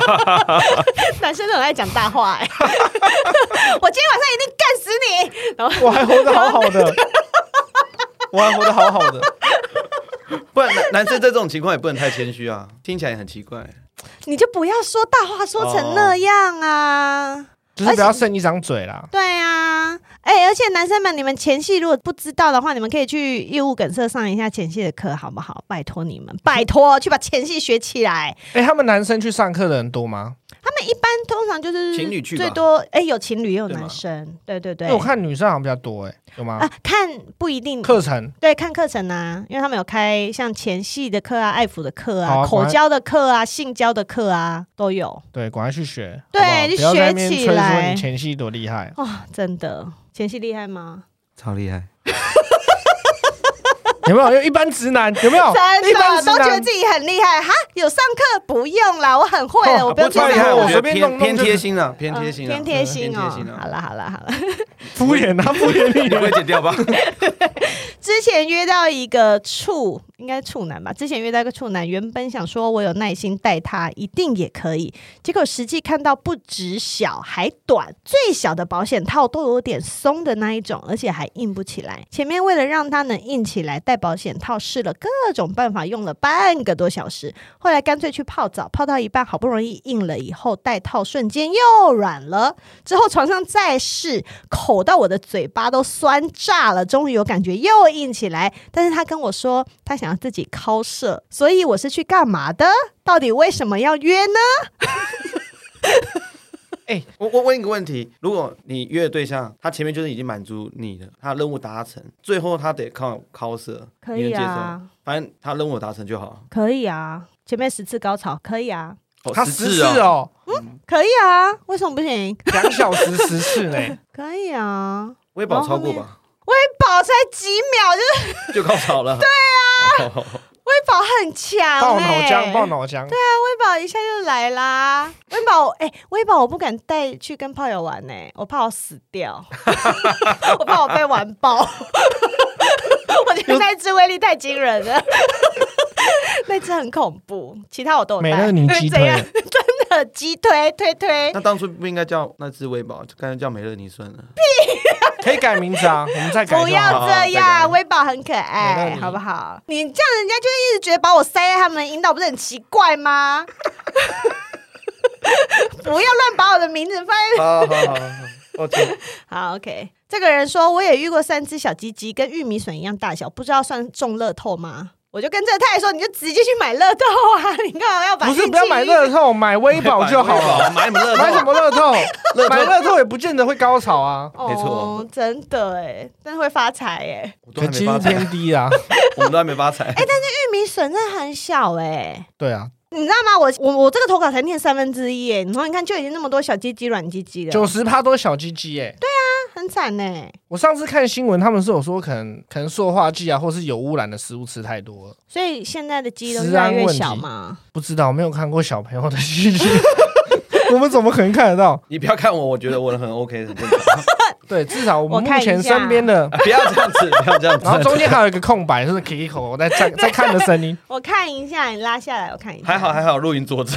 Speaker 1: 男生都很爱讲大话哎、 [LAUGHS] 我今天晚上一定干死你！
Speaker 2: 我还活得好好
Speaker 1: [LAUGHS]
Speaker 2: 的，我还活得好好的。
Speaker 3: [LAUGHS] 不然男男生在这种情况也不能太谦虚啊，听起来也很奇怪。
Speaker 1: 你就不要说大话说成那样啊！
Speaker 2: 就是不要剩一张嘴啦。
Speaker 1: 对啊，哎、哎、而且男生们，你们前戏如果不知道的话，你们可以去业务梗塞上一下前戏的课，好不好？拜托
Speaker 2: [LAUGHS]
Speaker 1: 你们，拜托去把前戏学起来。
Speaker 2: 哎，他们男生去上课的人多吗？
Speaker 1: 他们一般通常就是
Speaker 3: 情侣去吧
Speaker 1: 最多哎、有情侣也有
Speaker 3: 对吗
Speaker 1: 男生，对对
Speaker 2: 因
Speaker 1: 对。
Speaker 2: 为哎我看女生好像比较多，哎，有
Speaker 1: 啊、
Speaker 2: 吗？
Speaker 1: 看不一定
Speaker 2: 课程
Speaker 1: 对，看课程啊，因为他们有开像前戏的课啊、爱抚的课
Speaker 2: 好
Speaker 1: 啊、
Speaker 2: 啊
Speaker 1: 口交的课啊、性交的课啊，都有
Speaker 2: 对，赶快去学，
Speaker 1: 对
Speaker 2: 好不好
Speaker 1: 去
Speaker 2: 不要在那边
Speaker 1: 学起
Speaker 2: 吹说
Speaker 1: 来
Speaker 2: 你前戏多厉害， [LAUGHS]
Speaker 1: 哦，真的。前戏厉害吗？
Speaker 4: 超厉害，
Speaker 2: 有没有？有一般直男有没有？
Speaker 1: 真
Speaker 2: 哦一般
Speaker 1: 的
Speaker 2: 直
Speaker 1: 都觉得
Speaker 2: 男
Speaker 1: 自己很厉害哈，有上课不用啦，我很会了，
Speaker 2: 哦
Speaker 1: 我不用去
Speaker 2: 不
Speaker 1: 上
Speaker 2: 厉害
Speaker 1: 课。
Speaker 2: 我
Speaker 3: 我
Speaker 2: 随
Speaker 3: 随
Speaker 2: 便
Speaker 3: 便
Speaker 2: 弄
Speaker 3: 偏
Speaker 2: 弄
Speaker 3: 偏
Speaker 2: 就
Speaker 3: 贴心了，偏贴心
Speaker 1: 嗯
Speaker 3: 了，
Speaker 1: 偏贴心
Speaker 3: 偏
Speaker 1: 哦
Speaker 3: 贴心。啊
Speaker 1: 好
Speaker 3: 了，
Speaker 1: 了好了好了，
Speaker 2: 敷衍啊，敷衍你。
Speaker 4: 你会剪掉吧？
Speaker 1: 之前约到一个处，应该处男吧？之前约到一个处男，原本想说我有耐心带他，一定也可以。结果实际看到不止小还短，最小的保险套都有点松的那一种，而且还硬不起来。前面为了让他能硬起来，戴保险套试了各种办法，用了半个多小时。后来干脆去泡澡，泡到一半好不容易硬了以后，戴套瞬间又软了。之后床上再试，口到我的嘴巴都酸炸了，终于有感觉又硬起来。但是他跟我说他想要自己敲射，所以我是去干嘛的？到底为什么要约呢？
Speaker 2: 哎，
Speaker 3: [LAUGHS] 我我问一个问题：如果你约的对象，他前面就是已经满足你的，他任务达成，最后他得靠 coser，
Speaker 1: 可
Speaker 3: 你
Speaker 1: 以
Speaker 3: 能接受？
Speaker 1: 啊，
Speaker 3: 反正他任务达成就好。
Speaker 1: 可以啊，前面十次高潮可以啊，
Speaker 4: 哦
Speaker 2: 他
Speaker 4: 十
Speaker 2: 十次
Speaker 4: 次哦，
Speaker 2: 哦，
Speaker 1: 可以啊，为什么不行？
Speaker 2: 两小时十次呢。
Speaker 1: 可以啊，
Speaker 3: 微保超过
Speaker 1: 然后
Speaker 3: 吧，
Speaker 1: 宝才几秒就是
Speaker 4: 就高潮
Speaker 2: [LAUGHS]
Speaker 4: 了。对啊，
Speaker 1: 微宝很强、
Speaker 2: 爆脑
Speaker 1: 欸，
Speaker 2: 浆，爆脑浆。
Speaker 1: 微宝一下就来啦！微宝，哎、微宝，我不敢带去跟炮友玩呢、我怕我死掉，我怕我被玩爆。 [LAUGHS] 我觉得那只威力太惊人了，那只很恐怖。其他我都有
Speaker 2: 美
Speaker 1: 带，
Speaker 2: 乐你击
Speaker 1: 怎样 [LAUGHS]
Speaker 2: 退，
Speaker 1: 真的击推推推
Speaker 3: [LAUGHS] 那，当初不应该叫那只微保，就干脆叫美乐妮算了。
Speaker 2: 可以改名字啊，我们再改就好。
Speaker 1: 不要
Speaker 3: 好好
Speaker 1: 这
Speaker 3: 再改
Speaker 1: 样，微宝很可
Speaker 2: 美
Speaker 1: 爱
Speaker 2: 乐，你
Speaker 1: 好不好？你这样人家就会一直觉得把我塞在他们的阴道，不是很奇怪吗？不要乱把我的名字放在
Speaker 3: [LAUGHS] 好好好好哦好，抱歉，
Speaker 1: 好，OK。这个人说，我也遇过三只小鸡鸡，跟玉米笋一样大小，不知道算中乐透吗？我就跟这个太太说，你就直接去买乐透啊！ [LAUGHS] 你干嘛要把
Speaker 2: 不是
Speaker 1: 运气
Speaker 2: 不要买乐透，买微宝就好了。
Speaker 4: 买什么乐
Speaker 2: 买什
Speaker 4: 透？
Speaker 2: 么乐透？
Speaker 4: 乐透
Speaker 2: 买乐透也不见得会高潮啊，
Speaker 1: 哦
Speaker 4: 没错
Speaker 1: 真的哎，但是会发财哎。
Speaker 3: 我都
Speaker 2: 可
Speaker 3: 还没
Speaker 2: 几
Speaker 3: 发
Speaker 2: 率
Speaker 3: 财，
Speaker 2: 偏低
Speaker 3: [LAUGHS]
Speaker 2: 啊。
Speaker 3: 我们都还没发
Speaker 2: 哎
Speaker 3: 财。
Speaker 1: 玉米笋真的很小哎，
Speaker 2: 对啊，
Speaker 1: 你知道吗？我我我这个投稿才念三分之一哎，你说你看就已经那么多小鸡鸡、软鸡鸡了，
Speaker 2: 九十趴都是小鸡鸡哎。
Speaker 1: 很惨哎。
Speaker 2: 我上次看新闻，他们是有说可能可能塑化剂啊，或是有污染的食物吃太多了，
Speaker 1: 所以现在的鸡都
Speaker 2: 食
Speaker 1: 越来
Speaker 2: 安
Speaker 1: 越
Speaker 2: 问
Speaker 1: 小
Speaker 2: 题
Speaker 1: 嘛。
Speaker 2: 不知道没有看过小朋友的
Speaker 1: [LAUGHS]
Speaker 2: 鸡鸡，我们怎么可能看得到？
Speaker 3: 你不要看我，我觉得我很 OK，很正常。
Speaker 2: 对，至少我
Speaker 1: 我
Speaker 2: 们目
Speaker 1: 看一
Speaker 2: 前
Speaker 1: 下
Speaker 2: 身边的，
Speaker 3: [LAUGHS] 啊不要这样子，不要这样
Speaker 2: 然后
Speaker 3: 子。
Speaker 2: 中间还有一个空白，就是 Kiko 我在
Speaker 1: [LAUGHS]
Speaker 2: 在在看的声音，
Speaker 1: 我看一下，你拉下来，我看一下。
Speaker 3: 还好还好，录音
Speaker 2: [LAUGHS]
Speaker 3: 佐证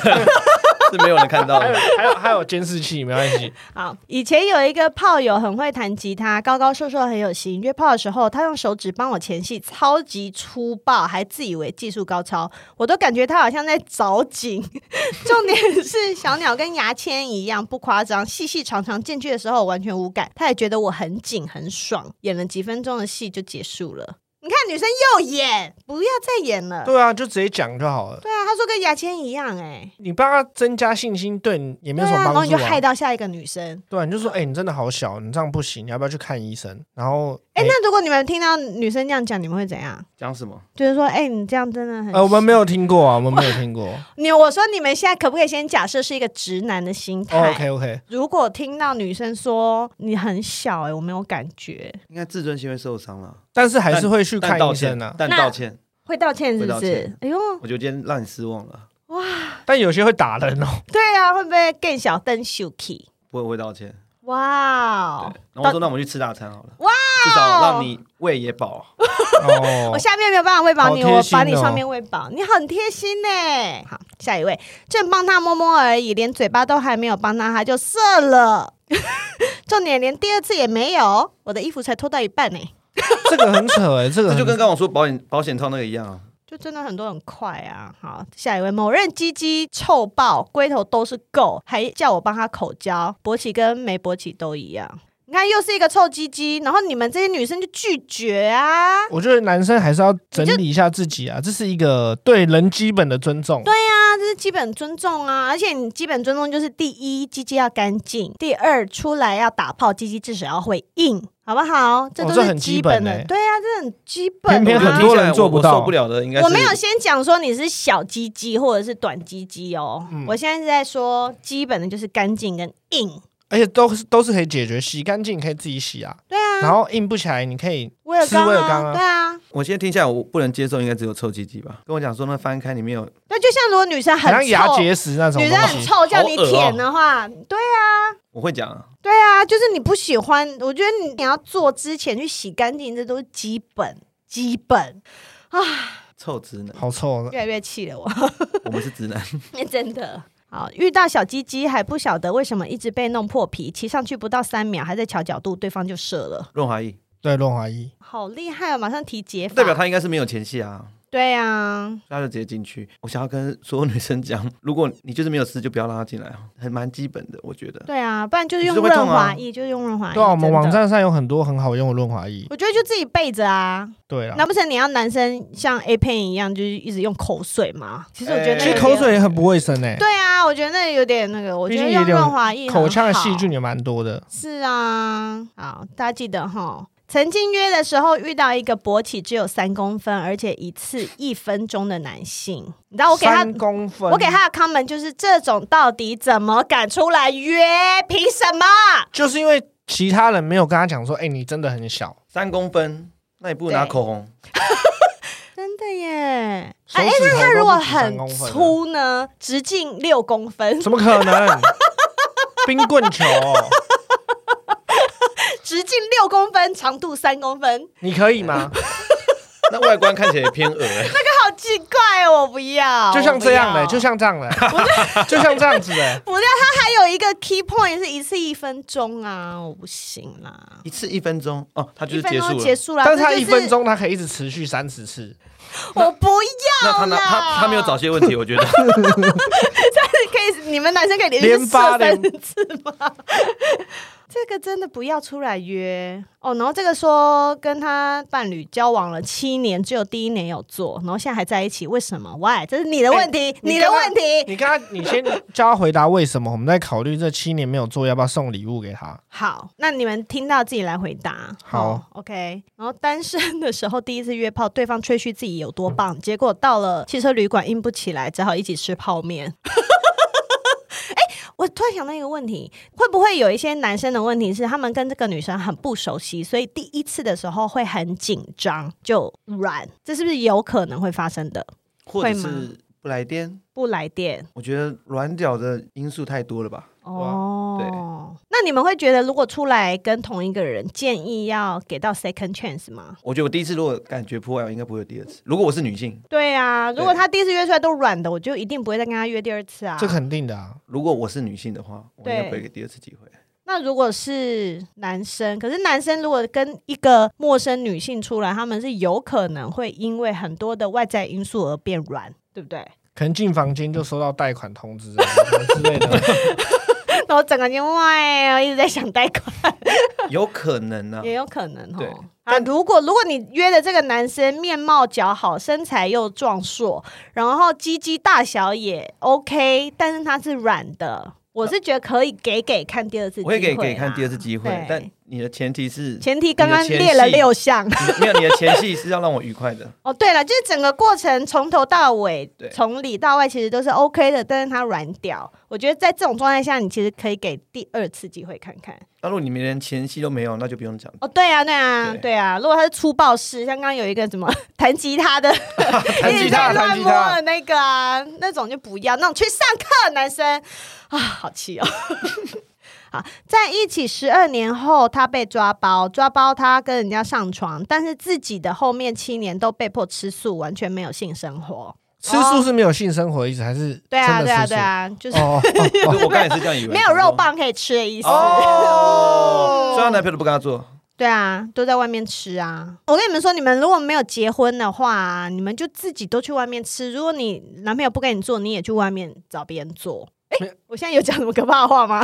Speaker 3: 是没有人看到
Speaker 2: 还有
Speaker 3: 的。
Speaker 2: 还有还有监视器，没关系。 [LAUGHS]
Speaker 1: 好，以前有一个炮友很会弹吉他，高高瘦瘦很有型。约炮的时候，他用手指帮我前戏，超级粗暴，还自以为技术高超，我都感觉他好像在找井。重点是小鸟跟牙签一样，不夸张，细细长长进去的时候我完全无感，他也觉得我很紧很爽。演了几分钟的戏就结束了。你看女生又演，不要再演了。
Speaker 2: 对啊，就直接讲就好
Speaker 1: [LAUGHS]
Speaker 2: 了。
Speaker 1: 对啊，他说跟牙签一样、哎。
Speaker 2: 你帮他增加信心，对你也没
Speaker 1: 对
Speaker 2: 有
Speaker 1: 啊，
Speaker 2: 什么
Speaker 1: 然
Speaker 2: 帮助、
Speaker 1: 后
Speaker 2: 啊。
Speaker 1: 你就害到下一个女生。
Speaker 2: 对啊，你就说，哎、你真的好小，你这样不行，你要不要去看医生？然后，
Speaker 1: 哎、
Speaker 2: 哎、
Speaker 1: 那如果你们听到女生这样讲，你们会怎样？
Speaker 3: 讲什么？
Speaker 1: 就是说，哎、你这样真的很……
Speaker 2: 呃，我们没有听过啊，我们没有听 [LAUGHS] 过。
Speaker 1: 你我说你们现在可不可以先假设是一个直男的心态？
Speaker 2: 哦 OK OK，
Speaker 1: 如果听到女生说你很小、哎，我没有感觉，
Speaker 3: 应该自尊心会受伤了，
Speaker 2: 但是还是会去看
Speaker 3: 但道
Speaker 2: 医生
Speaker 3: 歉
Speaker 2: 啊。
Speaker 3: 但
Speaker 1: 那
Speaker 3: 道歉，
Speaker 1: 会道歉是不
Speaker 3: 会道
Speaker 1: 是
Speaker 3: 歉？
Speaker 1: 哎呦，
Speaker 3: 我觉得今天让你失望了，
Speaker 2: 但有些会打人哦。
Speaker 1: 对啊，会不会更小更 s h u k
Speaker 3: 不会会道歉。
Speaker 1: 哇哦！，
Speaker 3: 对然后我说那我们去吃大餐好了，哇，至少让你胃也饱。
Speaker 1: 我
Speaker 2: [LAUGHS] 哦，
Speaker 1: 下面没有办法喂饱你，
Speaker 2: 好贴
Speaker 1: 我
Speaker 2: 心哦
Speaker 1: 把你上面喂饱，你很贴心呢。好，下一位，正帮他摸摸而已，连嘴巴都还没有帮他，他就射了。 [LAUGHS] 重点连第二次也没有，我的衣服才脱到一半呢、
Speaker 2: 这个很扯哎、这个
Speaker 3: 这
Speaker 2: 很
Speaker 3: 就跟刚刚我说保险保险套那个一样啊，
Speaker 1: 就真的很多很快啊。好，下一位，某任鸡鸡臭爆，龟头都是垢，还叫我帮他口交，勃起跟没勃起都一样。你你看又是一个臭鸡鸡，然后你们这些女生就拒绝啊。
Speaker 2: 我觉得男生还是要整理一下自己啊，这是一个对人基本的尊重。
Speaker 1: 对啊，这是基本尊重啊，而且你基本尊重就是第一，鸡鸡要干净；第二，出来要打泡，鸡鸡至少要会硬，好不好？这
Speaker 2: 哦
Speaker 1: 都
Speaker 2: 这
Speaker 1: 是
Speaker 2: 很
Speaker 1: 基
Speaker 2: 基
Speaker 1: 本
Speaker 2: 本
Speaker 1: 的。
Speaker 2: 欸
Speaker 1: 对啊，这很基本、啊。
Speaker 2: 偏偏很多人做不到
Speaker 3: 我受不了的应该是
Speaker 1: 我没有先讲说你是小鸡鸡或者是短鸡鸡哦，我现在是在说基本的就是干净跟硬。
Speaker 2: 而且都是都是可以解决，洗干净可以自己洗啊。
Speaker 1: 对啊，
Speaker 2: 然后硬不起来，你可以
Speaker 1: 威尔
Speaker 2: 吃威
Speaker 1: 刚
Speaker 2: 尔
Speaker 1: 啊，
Speaker 2: 刚啊
Speaker 1: 对啊。
Speaker 3: 我现在听下来，我不能接受，应该只有臭鸡鸡吧？跟我讲说，那翻开里面有
Speaker 1: 那就像如果女生
Speaker 2: 好
Speaker 1: 很
Speaker 2: 像牙
Speaker 1: 臭，
Speaker 2: 结石那种
Speaker 1: 女生
Speaker 2: 东
Speaker 1: 很
Speaker 2: 西。
Speaker 1: 臭叫你
Speaker 4: 好恶哦
Speaker 1: 舔的话，对啊。
Speaker 3: 我会讲啊，
Speaker 1: 对啊，就是你不喜欢，我觉得你要做之前去洗干净，这都是基本基本。
Speaker 3: 臭直男， [LAUGHS]
Speaker 2: 好臭哦的，
Speaker 1: 越来越气了我， [LAUGHS]
Speaker 3: 我们是直男，
Speaker 1: 真的。好，遇到小鸡鸡还不晓得为什么一直被弄破皮，骑上去不到三秒，还在调角度，对方就射了，
Speaker 3: 润滑液，
Speaker 2: 对，润滑液。
Speaker 1: 好厉害哦！马上提解法，
Speaker 3: 代表他应该是没有前戏啊。
Speaker 1: 对啊，
Speaker 3: 他就直接进去。我想要跟所有女生讲， [LAUGHS] 如果你就是没有事，就不要让他进来啊，还蛮基本的，我觉得。
Speaker 1: 对啊，不然就是用
Speaker 3: 你是会痛
Speaker 1: 润
Speaker 3: 啊
Speaker 1: 滑液，就是用润滑液。
Speaker 2: 对啊，我们
Speaker 1: 哎真的
Speaker 2: 网，站上有很多很好用的润滑液。
Speaker 1: 我觉得就自己备着啊，
Speaker 2: 对啊，
Speaker 1: 难不成你要男生像 A 片一样，就是一直用口水吗？其实我觉得那
Speaker 2: 哎其
Speaker 1: 有
Speaker 2: 实
Speaker 1: 点
Speaker 2: 口水也很不卫生诶、
Speaker 1: 对啊，我觉得那有点那个，我觉
Speaker 2: 毕
Speaker 1: 得
Speaker 2: 竟
Speaker 1: 用
Speaker 2: 有点
Speaker 1: 润滑液很好，
Speaker 2: 口腔的细菌也蛮多的。
Speaker 1: 是啊，好，大家记得哈。曾经约的时候遇到一个勃起只有三公分，而且一次一分钟的男性，你知啊道我给他
Speaker 2: 三公分，
Speaker 1: 我给他的 comment 就是这种到底怎么敢出来约？凭什么？
Speaker 2: 就是因为其他人没有跟他讲说，哎、你真的很小，
Speaker 3: 三公分，那你不如拿
Speaker 1: 对
Speaker 3: 口红。
Speaker 1: 真的耶！
Speaker 2: 手
Speaker 1: 哎、
Speaker 2: 指
Speaker 1: 那
Speaker 2: 头
Speaker 1: 他
Speaker 2: 都
Speaker 1: 如果
Speaker 2: 不止三
Speaker 1: 很
Speaker 2: 公分
Speaker 1: 粗呢？直径六公分， [LAUGHS]
Speaker 2: 怎么可能？冰棍球，哦
Speaker 1: 直径六公分，长度三公分，
Speaker 2: 你可以吗？
Speaker 3: 那外观看起来也偏
Speaker 1: [LAUGHS]
Speaker 3: 恶、欸，
Speaker 1: 好奇怪 [LAUGHS] 哦！我不要，
Speaker 2: 就像这样
Speaker 1: 的，
Speaker 2: 的，就像这样的，就像这样子的。
Speaker 1: 不要，他还有一个 key point 是一次一分钟啊，我不行啦，
Speaker 3: 一次一分钟哦，他
Speaker 1: 一
Speaker 3: 就是
Speaker 1: 分
Speaker 3: 结
Speaker 1: 钟
Speaker 3: 束
Speaker 1: 就结
Speaker 3: 了。
Speaker 1: 束啦。
Speaker 2: 但是他
Speaker 1: 这就
Speaker 2: 一分，钟，他可以一直持续三十次。
Speaker 1: 我不要啦。
Speaker 3: 那他拿他他没有找些问题，我觉
Speaker 1: [LAUGHS]
Speaker 3: 得
Speaker 1: 可以，你们男生可以连续
Speaker 2: 连
Speaker 1: 射
Speaker 2: 发
Speaker 1: 三
Speaker 2: 连
Speaker 1: 十次吗？ [LAUGHS] 这个真的不要出来约哦。然后这个说跟他伴侣交往了七年，只有第一年有做，然后现在还在一起，为什么？Why？这是你的问题，你的
Speaker 2: 跟他
Speaker 1: 问题。
Speaker 2: 哎 [LAUGHS] 你跟他，你先教他回答为什么，我们再考虑这七年没有做，要不要送礼物给他？
Speaker 1: 好，那你们听到自己来回答。
Speaker 2: 好
Speaker 1: 哦，OK。然后单身的时候第一次约炮，对方吹嘘自己有多棒，结果到了汽车旅馆硬不起来，只好一起吃泡面。 [LAUGHS] 哎，我突然想到一个问题，会不会有一些男生的问题是他们跟这个女生很不熟悉，所以第一次的时候会很紧张，就软，这是不是有可能会发生的？
Speaker 3: 或者
Speaker 1: 会
Speaker 3: 是
Speaker 1: 吗
Speaker 3: 不来电，
Speaker 1: 不来电
Speaker 3: 我觉得软屌的因素太多了吧？对
Speaker 1: 哦，那你们会觉得如果出来跟同一个人，建议要给到 second chance 吗？
Speaker 3: 我觉得我第一次如果感觉破外，我应该不会有第二次。如果我是女性，
Speaker 1: 对啊，如果
Speaker 3: 对
Speaker 1: 他第一次约出来都软的，我就一定不会再跟他约第二次啊。
Speaker 2: 这肯定的啊。
Speaker 3: 如果我是女性的话，我应该
Speaker 1: 对
Speaker 3: 不会给第二次机会。
Speaker 1: 那如果是男生，可是男生如果跟一个陌生女性出来，他们是有可能会因为很多的外在因素而变软，对不对？ [LAUGHS]
Speaker 2: 可能进房间就收到贷款通知啊什么之类的，
Speaker 1: 然后整个人哇，哦一直在想贷款，
Speaker 3: 有可能呢、啊，
Speaker 1: 也有可能
Speaker 3: 对
Speaker 1: 哦。啊，如果如果你约的这个男生面貌姣好，身材又壮硕，然后鸡鸡大小也 OK，但是他是软的，我是觉得可以给给看第二次机
Speaker 3: 呃我
Speaker 1: 会、
Speaker 3: 会
Speaker 1: 啊。
Speaker 3: 给给看第二次机会
Speaker 1: 对，
Speaker 3: 但你的前提是
Speaker 1: 前提刚刚列了六项。，
Speaker 3: 你没有你的前戏是要让我愉快的
Speaker 1: 哦，对了，就是整个过程从头到尾
Speaker 3: 对，
Speaker 1: 从里到外其实都是 OK 的，但是它软屌。我觉得在这种状态下，你其实可以给第二次机会看看。
Speaker 3: 那如果你连前戏都没有，那就不用讲。
Speaker 1: 哦，对啊，对啊，
Speaker 3: 对
Speaker 1: 对啊。如果他是粗暴式，像刚刚有一个什么 [LAUGHS] 弹吉他的，
Speaker 2: 弹
Speaker 1: 一
Speaker 2: 吉
Speaker 1: 直在
Speaker 2: 他，弹
Speaker 1: 乱
Speaker 2: 吉
Speaker 1: 摸
Speaker 2: 他
Speaker 1: 的。那个啊，那种就不要，那种去上课的男生啊，好气哦。 [LAUGHS] 好，在一起十二年后，他被抓包，抓包他跟人家上床，但是自己的后面七年都被迫吃素，完全没有性生活。
Speaker 2: 吃素是没有性生活意思，还是
Speaker 1: 对啊，
Speaker 2: 真的
Speaker 1: 对啊，
Speaker 2: 吃
Speaker 1: 对啊，就
Speaker 2: 素
Speaker 1: 是
Speaker 2: 哦，
Speaker 3: 我我刚才也是这样以为，
Speaker 1: 没有肉棒可以吃的意思。
Speaker 2: 哦
Speaker 3: 哦，所以她男朋友都不跟她做，
Speaker 1: 对啊，都在外面吃啊！我跟你们说，你们如果没有结婚的话、你们就自己都去外面吃。如果你男朋友不跟你做，你也去外面找别人做。哎、我现在有讲什么可怕的话吗？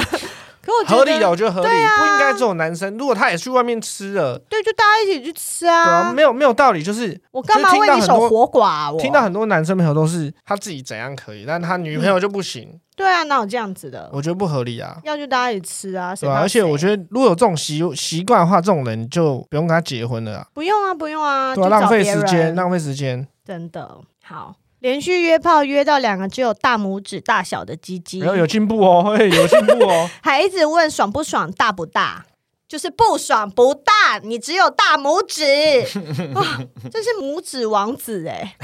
Speaker 1: 可 [LAUGHS] 可我觉得
Speaker 2: 哦合理的，我觉得合理，
Speaker 1: 对啊
Speaker 2: 不应该只有男生。如果他也去外面吃了，
Speaker 1: 对，就大家一起去吃
Speaker 2: 对啊，
Speaker 1: 啊！
Speaker 2: 没有没有道理，就是
Speaker 1: 我干嘛
Speaker 2: 就是听
Speaker 1: 为
Speaker 2: 到
Speaker 1: 你
Speaker 2: 很
Speaker 1: 守
Speaker 2: 多
Speaker 1: 活寡、啊？我
Speaker 2: 听到很多男生朋友都是他自己怎样可以，但他
Speaker 1: 嗯
Speaker 2: 女朋友就不行，
Speaker 1: 对啊，哪有这样子的？
Speaker 2: 我觉得不合理啊。
Speaker 1: 要就大家一起吃啊，
Speaker 2: 对
Speaker 1: 谁
Speaker 2: 吧、
Speaker 1: 怕
Speaker 2: 而且我
Speaker 1: 谁
Speaker 2: 觉得，如果有这种习习惯的话，这种人就不用跟他结婚了啊，
Speaker 1: 不用啊，不用啊，就
Speaker 2: 对啊
Speaker 1: 找
Speaker 2: 浪费
Speaker 1: 别
Speaker 2: 时
Speaker 1: 人
Speaker 2: 间，浪费时间。
Speaker 1: 真的好。连续约炮约到两个只有大拇指大小的鸡鸡
Speaker 2: 然，后有进步哦，嘿，有进步哦。
Speaker 1: 还一直问爽不爽、大不大，就是不爽不大，你只有大拇指， [LAUGHS] 哇，这是拇指王子哎、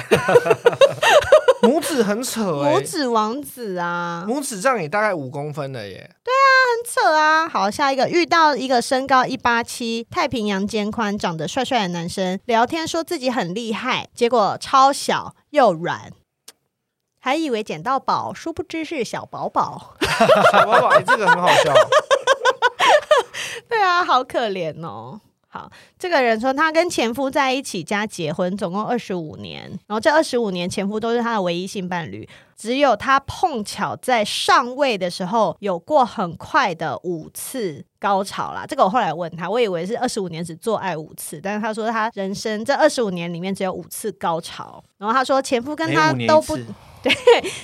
Speaker 2: [LAUGHS] 拇指
Speaker 1: [LAUGHS]
Speaker 2: 很扯哎、
Speaker 1: 拇指王子啊，
Speaker 2: 拇指让你大概五公分了耶，
Speaker 1: 很扯啊。好，下一个遇到一个身高一八七、太平洋肩宽、长得帅帅的男生，聊天说自己很厉害，结果超小又软，还以为捡到宝，殊不知是小宝宝。
Speaker 2: 小宝宝，哎这个很好
Speaker 1: [LAUGHS]
Speaker 2: 笑。
Speaker 1: 对啊，好可怜哦。好，这个人说他跟前夫在一起加结婚，总共二十五年，然后这二十五年前夫都是他的唯一性伴侣，只有他碰巧在上位的时候有过很快的五次高潮啦。这个我后来问他，我以为是二十五年只做爱五次，但是他说他人生这二十五年里面只有五次高潮。然后他说前夫跟
Speaker 3: 每
Speaker 1: 他
Speaker 3: 五年
Speaker 1: 都
Speaker 3: 一
Speaker 1: 不
Speaker 3: 次，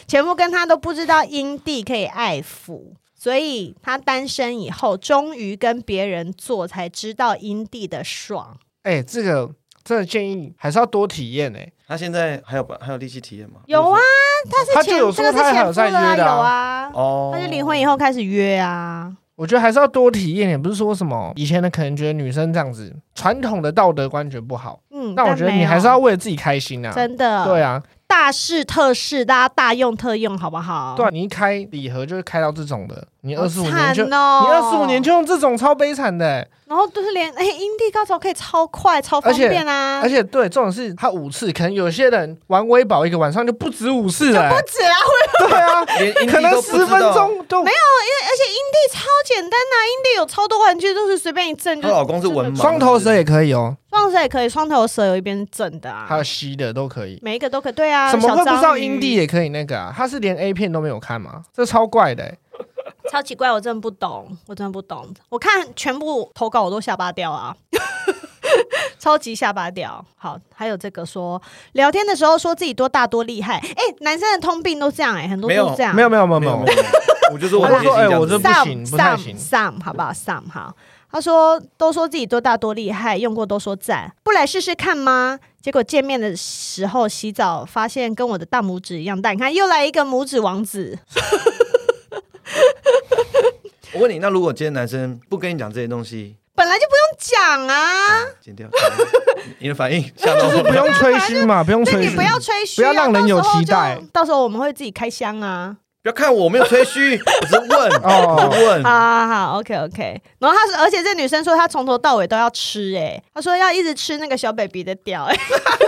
Speaker 1: 前夫跟他都不知道阴蒂可以爱抚，所以他单身以后，终于跟别人做，才知道阴蒂的爽。
Speaker 2: 哎、这个真的建议还是要多体验哎、
Speaker 3: 他现在还有吧还有力气体验吗？
Speaker 1: 有啊，
Speaker 2: 他
Speaker 1: 他是
Speaker 2: 就
Speaker 1: 前
Speaker 2: 有
Speaker 1: 这
Speaker 2: 说
Speaker 1: 个是
Speaker 2: 他还有
Speaker 1: 前夫
Speaker 2: 在
Speaker 1: 了啊，有
Speaker 2: 约的啊
Speaker 1: 啊，
Speaker 3: 哦，
Speaker 1: 他是离婚以后开始约啊。
Speaker 2: 我觉得还是要多体验，也不是说什么以前的可能觉得女生这样子传统的道德观觉得不好，
Speaker 1: 嗯，
Speaker 2: 但我觉得
Speaker 1: 没
Speaker 2: 你
Speaker 1: 有
Speaker 2: 还是要为了自己开心啊。
Speaker 1: 真的
Speaker 2: 对啊，
Speaker 1: 大事特事，大家大用特用，好不好？
Speaker 2: 对啊，你一开礼盒就是开到这种的，你
Speaker 1: 哦好
Speaker 2: 二十五年
Speaker 1: 惨
Speaker 2: 就、
Speaker 1: 哦，
Speaker 2: 你二十五年就用这种超悲惨的欸、
Speaker 1: 然后就是连哎，阴蒂高潮可以超快、超方
Speaker 2: 而且
Speaker 1: 便啊，
Speaker 2: 而且对，这种是他五次，可能有些人玩微保一个晚上就不止五次了欸、
Speaker 1: 不止啊，
Speaker 2: 对 [LAUGHS] 啊，
Speaker 3: 连阴蒂
Speaker 2: 可能
Speaker 3: 都不
Speaker 2: 十
Speaker 3: 知
Speaker 2: 分
Speaker 3: 道。
Speaker 2: 钟都没有。
Speaker 1: 而且阴蒂超简单呐、阴蒂有超多玩具，都是随便一震就。
Speaker 3: 她老公是文盲
Speaker 2: 双头蛇也可以哦，
Speaker 1: 双蛇也可以，双头蛇有一边是正的啊，
Speaker 2: 还有吸的都可以。
Speaker 1: 每一个都可以。对啊，
Speaker 2: 怎么会不知
Speaker 1: 小
Speaker 2: 道
Speaker 1: 章鱼
Speaker 2: 阴蒂也可以那个啊？他是连 A 片都没有看吗？这超怪的欸、
Speaker 1: 超奇怪，我真的不懂，我真的不懂。我看全部投稿我都下巴掉啊， [LAUGHS] 超级下巴掉。好，还有这个说聊天的时候说自己多大多厉害，哎、男生的通病都这样哎、很多
Speaker 3: 没有
Speaker 1: 都是这样。
Speaker 2: 没有没有没有
Speaker 3: 没
Speaker 2: 没
Speaker 3: 有，
Speaker 2: 有
Speaker 3: 没，有我就说我
Speaker 2: 他
Speaker 3: 很
Speaker 2: 说哎
Speaker 3: 贴心
Speaker 2: 我
Speaker 3: 这
Speaker 2: 这
Speaker 3: 样子
Speaker 2: 不行
Speaker 1: some
Speaker 2: 不太行
Speaker 1: some some 好不好？some 好。他说都说自己多大多厉害，用过都说赞，不来试试看吗？结果见面的时候洗澡，发现跟我的大拇指一样大。你看，又来一个拇指王子，
Speaker 3: 我问你，那如果今天男生不跟你讲这些东西，
Speaker 1: 本来就不用讲啊，
Speaker 3: 剪掉， [LAUGHS] 你的反应吓到
Speaker 2: 不用吹
Speaker 1: [LAUGHS]
Speaker 2: 嘘嘛，不用
Speaker 1: 所
Speaker 2: [LAUGHS] 吹
Speaker 1: 以
Speaker 2: 嘘
Speaker 1: 你不。要吹嘘、啊，
Speaker 2: 不要让人有期待
Speaker 1: 到时候就。到时候我们会自己开箱啊。
Speaker 3: [LAUGHS] 不要看我，我没有吹嘘，我只是问，
Speaker 2: 哦
Speaker 3: 我只是问。
Speaker 1: 啊，好，OK OK。然后他说，而且这女生说她从头到尾都要吃、欸，哎，她说要一直吃那个小 baby 的屌、欸，她说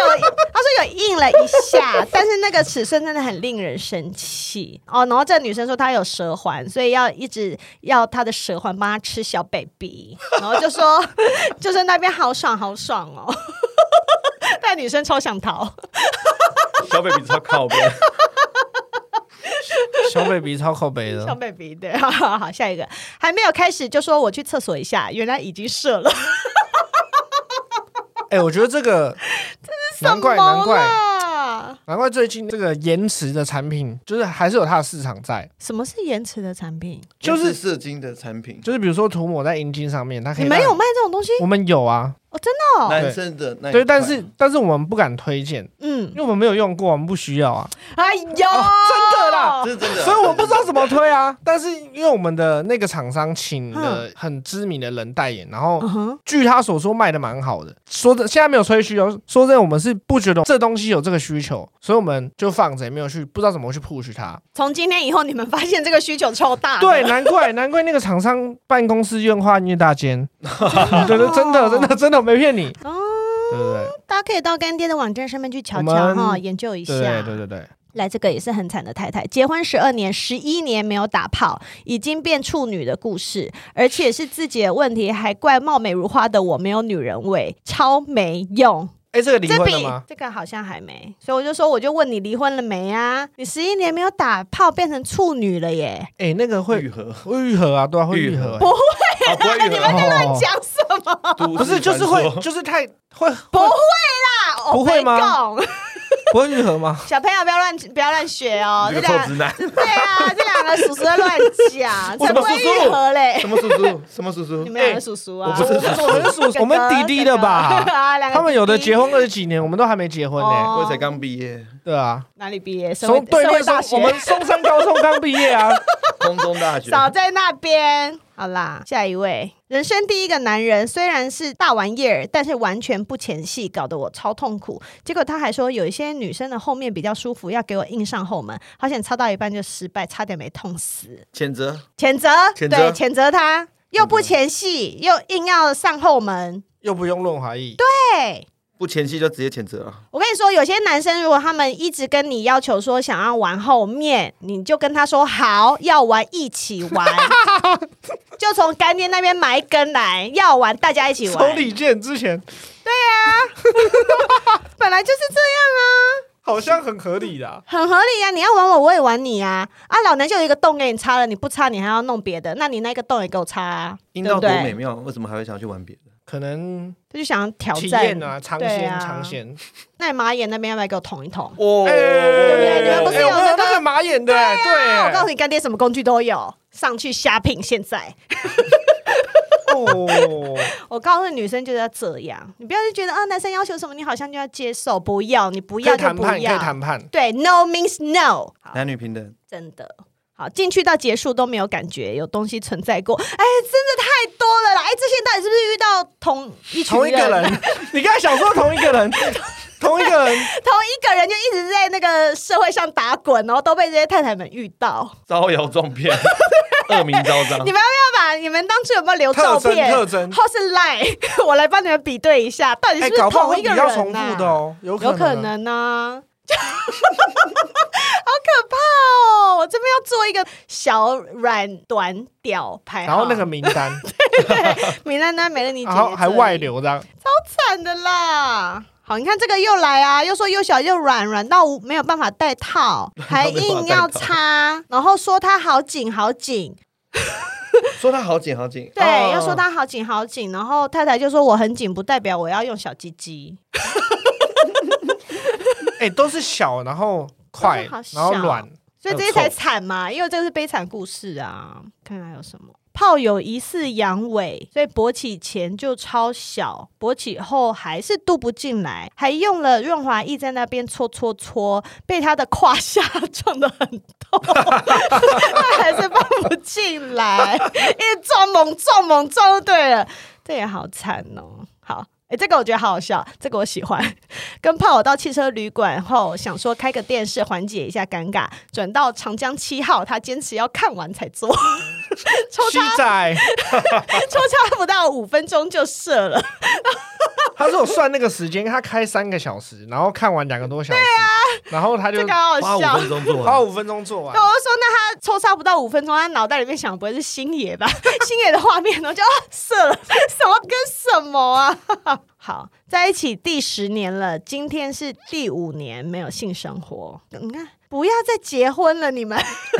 Speaker 1: 有，她说有硬了一下，但是那个尺寸真的很令人生气哦。然后这女生说她有舌环，所以要一直要她的舌环帮她吃小 baby，然后就说 [LAUGHS] 就说那边好爽好爽哦。 [LAUGHS] 但女生超想逃，
Speaker 4: 小 baby 超靠边，
Speaker 2: 小 baby 超靠北
Speaker 1: 小
Speaker 2: 的，
Speaker 1: baby 对， [LAUGHS] 好好好，下一个还没有开始就说我去厕所一下，原来已经射了。
Speaker 2: 哎，我觉得这
Speaker 1: [LAUGHS]
Speaker 2: 个 [LAUGHS] 难怪
Speaker 1: 什么啊
Speaker 2: 难怪
Speaker 1: 啦
Speaker 2: 难怪最近这个延迟的产品，就是还是有它的市场在，
Speaker 1: 什么是延迟的产品？
Speaker 3: [LAUGHS] 就是射精的产品，
Speaker 2: 就是比如说涂抹在阴茎上面，啊它可
Speaker 1: 你
Speaker 2: 以
Speaker 1: 们
Speaker 2: 让
Speaker 1: 有卖这种东西
Speaker 2: 我们有啊，
Speaker 1: 哦？真的、哦？
Speaker 3: 男生的那一
Speaker 2: 对，
Speaker 3: 块
Speaker 2: 但是但是我们不敢推荐，
Speaker 1: 嗯
Speaker 2: 因，为我们没有用过，我们不需要啊，
Speaker 1: 哎呦，真
Speaker 2: 真的啦
Speaker 3: 这是真的，
Speaker 2: 所以我不知道怎么推啊。但是因为我们的那个厂商请了
Speaker 1: 嗯
Speaker 2: 很知名的人代言，然后
Speaker 1: 嗯哼，
Speaker 2: 据他所说卖的蛮好的。说的现在没有吹嘘哦，说真的，我们是不觉得这东西有这个需求，所以我们就放着，也没有去不知道怎么去 push 它。
Speaker 1: 从今天以后，你们发现这个需求超大的，
Speaker 2: 对，难怪难怪那个厂商办公室愿化虐大 [LAUGHS] 间，对对，真的真的真的我没骗你，
Speaker 1: 哦，
Speaker 2: 对对
Speaker 1: 大家可以到干爹的网站上面去瞧瞧
Speaker 2: 我们
Speaker 1: 哈，研究一下。
Speaker 2: 对对对对对，
Speaker 1: 来，这个也是很惨的太太，结婚十二年，十一年没有打炮，已经变处女的故事，而且是自己的问题，还怪貌美如花的我没有女人味，超没用。
Speaker 2: 哎，这个离
Speaker 1: 这
Speaker 2: 婚
Speaker 1: 比
Speaker 2: 了吗？
Speaker 1: 这个好像还没，所以我就说，我就问你离婚了没啊？你十一年没有打炮，变成处女了耶？
Speaker 2: 哎，那个会
Speaker 3: 愈合，
Speaker 2: 会愈合啊，对啊，会愈
Speaker 3: 愈
Speaker 2: 合欸。
Speaker 3: 合啊不会愈
Speaker 2: [LAUGHS]
Speaker 3: 合，
Speaker 2: 哦
Speaker 1: 讲什么
Speaker 2: 不
Speaker 3: 不
Speaker 2: 是，就是会，就是太会
Speaker 1: 不会啦？
Speaker 2: 不会吗
Speaker 1: Oh my God
Speaker 2: 不会愈合吗？
Speaker 1: 小朋友不要乱不要乱学哦，这
Speaker 3: 这个
Speaker 1: 两个
Speaker 3: 臭直男，
Speaker 1: 对啊，这两个叔叔在乱
Speaker 2: [LAUGHS]
Speaker 1: 讲，
Speaker 3: 我
Speaker 1: 才
Speaker 3: 怎
Speaker 1: 不
Speaker 3: 么
Speaker 1: 会
Speaker 3: 叔叔
Speaker 1: 愈合嘞。
Speaker 3: 什么叔叔，什么叔
Speaker 1: 你
Speaker 3: 叔，
Speaker 1: 们两个叔叔啊，
Speaker 3: 我不是
Speaker 1: 哥
Speaker 2: 哎我们属
Speaker 1: 哥
Speaker 2: 我们弟弟的
Speaker 1: 哥哥
Speaker 2: 吧？
Speaker 1: 啊两个
Speaker 2: 他们有的
Speaker 1: 弟弟
Speaker 2: 结婚二十几年，我们都还没结婚呢。
Speaker 1: 哦
Speaker 3: 我才刚毕业，
Speaker 2: 对啊，
Speaker 1: 哪里毕业？社会
Speaker 2: 从对
Speaker 1: 社
Speaker 2: 面
Speaker 1: 会大
Speaker 2: 松，
Speaker 1: 学
Speaker 2: 我们松山高中刚毕业啊。
Speaker 3: 空中大学，
Speaker 1: 少在那边。好啦，下一位，人生第一个男人虽然是大玩意儿，但是完全不前戏，搞得我超痛苦。结果他还说有一些女生的后面比较舒服，要给我硬上后门，好险插到一半就失败，差点没痛死。
Speaker 3: 谴责，
Speaker 1: 谴责，
Speaker 3: 谴责
Speaker 1: 对，谴责他又不前戏，又硬要上后门。
Speaker 2: 又不用润滑液，
Speaker 1: 对，
Speaker 3: 不前戏就直接谴责啊了，
Speaker 1: 我跟你说，有些男生如果他们一直跟你要求说想要玩后面，你就跟他说好，要玩一起玩，就从干爹那边买一根来，要玩大家一起
Speaker 2: 从
Speaker 1: 玩，
Speaker 2: 李健之前
Speaker 1: 本来就是这
Speaker 2: 好像很合理的啊。
Speaker 1: 样啊，很合理啊。你要玩我，我也玩你啊。啊，老娘就有一个洞给你插了，你不插你还要弄别的，那你那个洞也给我插啊，
Speaker 3: 阴
Speaker 1: 对
Speaker 3: 道
Speaker 1: 不
Speaker 3: 多美
Speaker 1: 对？
Speaker 3: 妙，为什么还会想去玩别的？
Speaker 2: 可能
Speaker 1: 他就想要挑
Speaker 2: 体
Speaker 1: 战
Speaker 2: 验啊，尝
Speaker 1: 对
Speaker 2: 鲜
Speaker 1: 啊
Speaker 2: 尝鲜。
Speaker 1: 那你马眼那边要不要给我捅一捅？
Speaker 3: 哦
Speaker 2: 哎，
Speaker 1: 对你们不是有
Speaker 2: 哎我
Speaker 1: 那个
Speaker 2: 那个马眼的？对
Speaker 1: 啊我告诉
Speaker 2: 哎，
Speaker 1: 你，干爹什么工具都有，上去瞎品。现在
Speaker 2: 哦，
Speaker 1: 我告诉你女生就是要这样，你不要就觉得啊，男生要求什么你好像就要接受，不要你不
Speaker 2: 可
Speaker 1: 要
Speaker 2: 以
Speaker 1: 就
Speaker 2: 谈
Speaker 1: 不
Speaker 2: 判，可以
Speaker 1: 要，
Speaker 2: 谈判。
Speaker 1: 对，no means no，好，
Speaker 3: 男女平等，
Speaker 1: 真的。好，进去到结束都没有感觉有东西存在过，哎，真的太多了啦！哎，这些到底是不是遇到同一群
Speaker 2: 同一个人，你刚才想说同一个人，同一个人，
Speaker 1: 同一个人就一直在那个社会上打滚，然后都被这些太太们遇到。
Speaker 3: 招摇撞 [LAUGHS] 骗，恶名昭彰
Speaker 1: 你，们要不要把你们当初有没有留照
Speaker 2: 特征
Speaker 1: 片，
Speaker 2: 特征
Speaker 1: 或是 lie，我来 [LAUGHS] 帮你们比对一下，到底是
Speaker 2: 哎，
Speaker 1: 不是
Speaker 2: 搞不好
Speaker 1: 同
Speaker 2: 会
Speaker 1: 一
Speaker 2: 比
Speaker 1: 个人、啊？
Speaker 2: 较重复的哦，有
Speaker 1: 有可
Speaker 2: 能啊。
Speaker 1: 能呢、 [LAUGHS] 好可怕哦！我这边要做一个小软短屌排行，
Speaker 2: [LAUGHS] 然后那个名
Speaker 1: [LAUGHS]
Speaker 2: 单，
Speaker 1: 米娜娜美乐妮姐姐
Speaker 2: 然后还外
Speaker 1: 这里，
Speaker 2: 流这样，
Speaker 1: 惨的啦。好，你看这个又来啊，又说又小又软，软到无没有办法戴
Speaker 2: [LAUGHS]
Speaker 1: 套，还硬要插，然后说它好紧好紧，
Speaker 3: 说他好紧好紧，
Speaker 1: 对，
Speaker 2: 哦
Speaker 1: 要说它好紧好紧，然后太太就说我很紧，不代表我要用小鸡鸡，
Speaker 2: 哎，都是小，然后
Speaker 1: 都
Speaker 2: 快
Speaker 1: 是好，
Speaker 2: 然后
Speaker 1: 小
Speaker 2: 软，
Speaker 1: 所以这些才惨嘛，因为这个是悲惨故事啊。看看还有什么。炮友疑似阳痿，所以勃起前就超小，勃起后还是渡不进来，还用了润滑液在那边搓搓搓，被他的胯下撞得很痛，他还是放不进来，一直撞猛撞猛撞就对了，这也好惨哦。好，哎、这个我觉得好好笑，这个我喜欢。跟炮友到汽车旅馆后，想说开个电视缓解一下尴尬，转到长江七号，他坚持要看完才做，抽
Speaker 2: 七仔，
Speaker 1: 抽插不到五分钟就射了，
Speaker 2: [LAUGHS] 他说我算那个时间，他开三个小时，然后看完两个多小时，然后他就
Speaker 1: 啊这个好
Speaker 3: 花
Speaker 1: 好
Speaker 3: 五
Speaker 1: 笑。
Speaker 3: 分钟做
Speaker 2: 花
Speaker 3: 完，
Speaker 2: 五分钟做
Speaker 1: 对，我
Speaker 2: 完
Speaker 1: 就。说那他抽插不到五分钟，他脑袋里面想不会是星爷吧？星爷的画面，我就啊射了，什么跟什么啊？好，在一起第十年了，今天是第五年没有性生活，你看不要再结婚了，你们。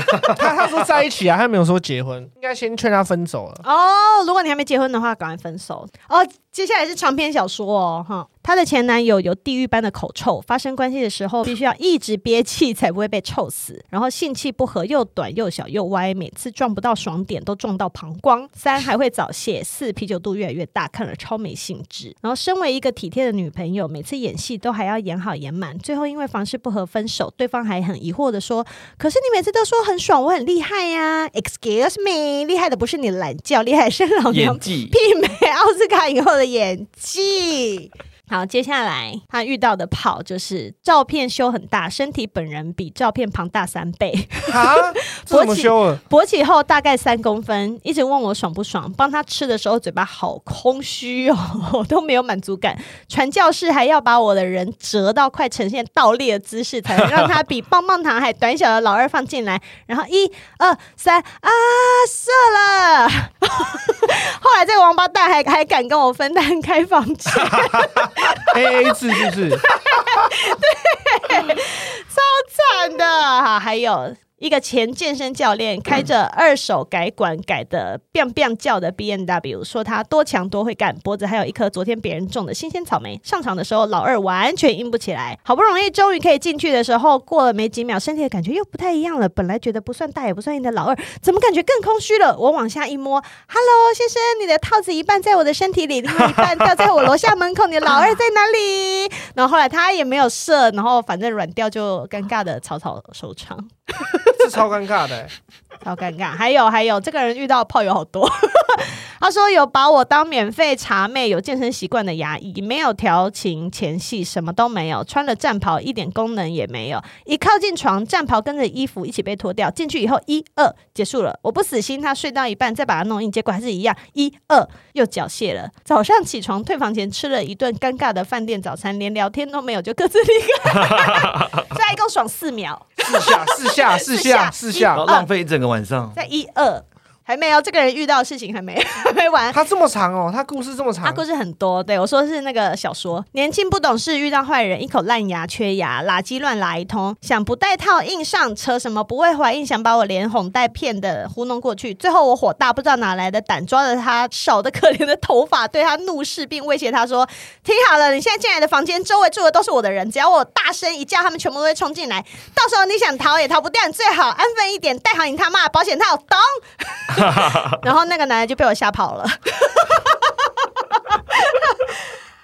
Speaker 2: 他他说在一起啊，他没有说结婚，应该先劝他分手了。 [LAUGHS]
Speaker 1: 哦，如果你还没结婚的话，赶快分手。哦，接下来是长篇小说哦，哈。她的前男友有地狱般的口臭，发生关系的时候必须要一直憋气才不会被臭死。然后性器不合，又短又小又歪，每次撞不到爽点都撞到膀胱。三还会早泄，四啤酒肚越来越大，看了超没兴致。然后身为一个体贴的女朋友，每次演戏都还要演好演满，最后因为房事不合分手，对方还很疑惑的说：“可是你每次都说很爽，我很厉害呀、Excuse me，厉害的不是你的懒觉，厉害的是老娘
Speaker 4: 演技
Speaker 1: [LAUGHS] 媲美奥斯卡影后的演技。好，接下来他遇到的炮就是照片修很大，身体本人比照片庞大三倍，
Speaker 2: 啊，这怎么
Speaker 1: 勃起 [LAUGHS]
Speaker 2: 修了？
Speaker 1: 勃起后大概三公分，一直问我爽不爽。帮他吃的时候嘴巴好空虚哦，我都没有满足感。传教士还要把我的人折到快呈现倒立的姿势，才能让他比棒棒糖还短小的老二放进来。 [LAUGHS] 然后一二三啊，射了！后来这个王包袋还还敢跟我分担开房间，
Speaker 2: A A 制是
Speaker 1: [LAUGHS]
Speaker 2: 不是？
Speaker 1: 惨的。好，还有一个前健身教练开着二手改管改的 biang biang 叫的 B N W，说他多强多会干，脖子还有一颗昨天别人种的新鲜草莓。上场的时候，老二完全硬不起来，好不容易终于可以进去的时候，过了没几秒，身体的感觉又不太一样了。本来觉得不算大也不算硬的老二，怎么感觉更空虚了？我往下一摸，Hello 先生，你的套子一半在我的身体里，另一半掉在我楼下门口，你的老二在哪里？然后后来他也没有射，然后反正软掉就尴尬的草草收场，
Speaker 2: 这超尴尬的欸、
Speaker 1: 超尴尬。还有还有，这个人遇到炮友好多， [LAUGHS] 他说有把我当免费茶妹，有健身习惯的牙医，没有调情前戏，什么都没有，穿了战袍一点功能也没有，一靠近床，战袍跟着衣服一起被脱掉，进去以后一二结束了，我不死心，他睡到一半再把它弄硬，结果还是一样一二又缴械了。早上起床退房前吃了一顿尴尬的饭店早餐，连聊天都没有，就各自离开， [LAUGHS] 所以他一共爽四秒。
Speaker 2: 四下四下四下
Speaker 1: [LAUGHS] 四下
Speaker 2: 四下
Speaker 3: 然后，浪费一整个晚上。
Speaker 1: 在一二还没有，这个人遇到的事情还没 [LAUGHS] 还没完。
Speaker 2: 他这么长哦，他故事这么
Speaker 1: 他
Speaker 2: 长
Speaker 1: 故，事很多，对我说是那个小说，年轻不懂事遇到坏人，一口烂牙缺牙，拉鸡乱拉一通，想不带套硬上车，什么不会怀孕，想把我连哄带骗的糊弄过去。最后我火大，不知道哪来的胆，抓着他少的可怜的头发，对他怒视，并威胁他说：“听好了，你现在进来的房间周围住的都是我的人，只要我大声一叫，他们全部都会冲进来，到时候你想逃也逃不掉，你最好安分一点，戴好你他妈的保险套，懂？” [LAUGHS] 然后那个男的就被我吓跑了。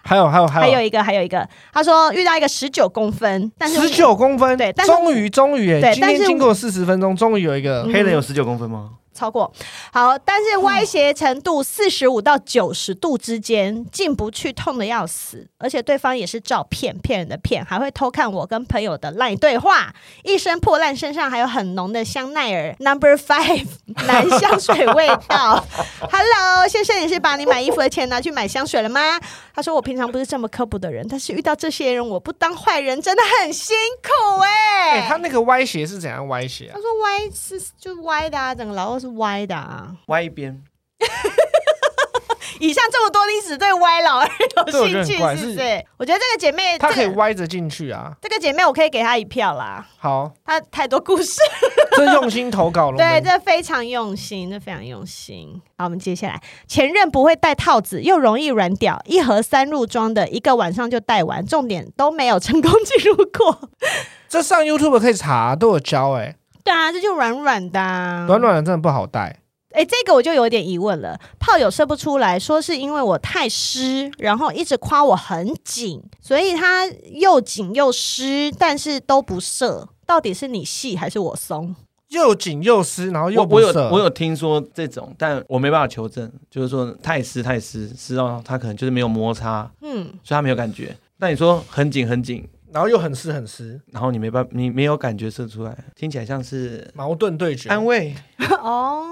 Speaker 2: 还有还有
Speaker 1: 还
Speaker 2: 还
Speaker 1: 有
Speaker 2: 有
Speaker 1: 一个，还有一个，他说遇到一个十九公分，但是
Speaker 2: 十九公分
Speaker 1: 对，但是
Speaker 2: 终于终于
Speaker 1: 对
Speaker 2: 哎，今
Speaker 1: 但
Speaker 2: 天
Speaker 1: 是嗯
Speaker 2: 经过四十分钟，终于有一个
Speaker 3: 黑人有十九公分吗？
Speaker 1: 超过好，但是歪斜程度四十五到九十度之间，进不去，痛的要死。而且对方也是照骗骗人的骗，还会偷看我跟朋友的烂对话，一身破烂，身上还有很浓的香奈儿 [LAUGHS] Number Five 男香水味道。Hello，先生，你是把你买衣服的钱拿去买香水了吗？他说我平常不是这么刻薄的人，但是遇到这些人，我不当坏人真的很辛苦哎、
Speaker 2: 哎，他那个歪斜是怎样歪斜啊
Speaker 1: 他？说歪是就歪的啊，整个老二是歪的啊。
Speaker 3: 歪一边，
Speaker 1: 以上这么多，你只对歪老二有
Speaker 2: 这我觉
Speaker 1: 兴
Speaker 2: 得
Speaker 1: 趣
Speaker 2: 很怪
Speaker 1: 是不是
Speaker 2: 是？
Speaker 1: 我觉得这个姐妹，
Speaker 2: 他可以
Speaker 1: 这个
Speaker 2: 歪着进去啊。
Speaker 1: 这个姐妹，我可以给她一票啦。
Speaker 2: 好，
Speaker 1: 她太多故事，
Speaker 2: 这用心投稿了。我
Speaker 1: [LAUGHS] 对，
Speaker 2: 们
Speaker 1: 这非常用心，这非常用心。好，我们接下来，前任不会戴套子，又容易软屌，一盒三入装的，一个晚上就戴完，重点都没有成功进入过。 [LAUGHS]
Speaker 2: 这上 YouTube 可以查，都有教哎。
Speaker 1: 对啊，这就软软的、啊，
Speaker 2: 软软的真的不好带，
Speaker 1: 哎，这个我就有点疑问了。炮友射不出来，说是因为我太湿，然后一直夸我很紧，所以他又紧又湿，但是都不射。到底是你细还是我松？
Speaker 2: 又紧又湿，然后又
Speaker 3: 我
Speaker 2: 不
Speaker 3: 我有
Speaker 2: 涩
Speaker 3: 我有听说这种，但我没办法求证，就是说太湿太湿，湿到它可能就是没有摩擦，
Speaker 1: 嗯，
Speaker 3: 所以它没有感觉。那你说很紧很紧，
Speaker 2: 然后又很湿很湿，
Speaker 3: 然后你没办你没有感觉射出来，听起来像是
Speaker 2: 矛盾对决。
Speaker 3: 安慰，
Speaker 1: 哦，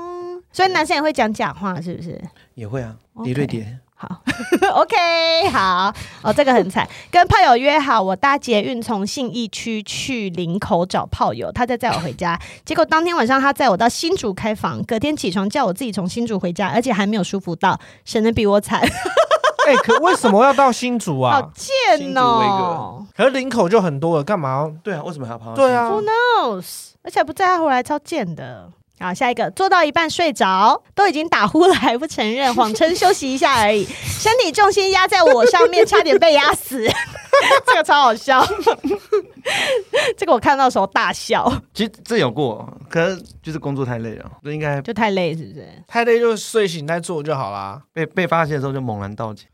Speaker 1: 所以男生也会讲假话，是不是？ [LAUGHS]
Speaker 3: 也会啊，
Speaker 1: OK
Speaker 3: 叠对叠，
Speaker 1: 好，OK，好，哦，这个很惨。跟炮友约好，我搭捷运从信义区去林口找炮友，他再载我回家。结果当天晚上他载我到新竹开房，隔天起床叫我自己从新竹回家，而且还没有舒服到，省得比我惨，
Speaker 2: 哎，可为什么要到新竹
Speaker 1: 好
Speaker 2: 啊？
Speaker 1: 贱哦、
Speaker 2: 可是林口就很多了，干嘛要？
Speaker 3: 对啊，为什么还要跑到
Speaker 2: 对啊
Speaker 3: 新竹
Speaker 1: n o s 而且还不载他回来，超贱的。好，下一个做到一半睡着，都已经打呼了还不承 [LAUGHS] 认，谎称休息一下而已，身体重心压在我上面，差点被压死， [LAUGHS] 这个超好笑。 [LAUGHS] 这个我看到的时候大笑，
Speaker 3: 其实这有过，可是就是工作太累了，就应该
Speaker 1: 就太累是不是？
Speaker 2: 太累就睡醒再做就好啦。
Speaker 3: 被被发现的时候就猛然道歉。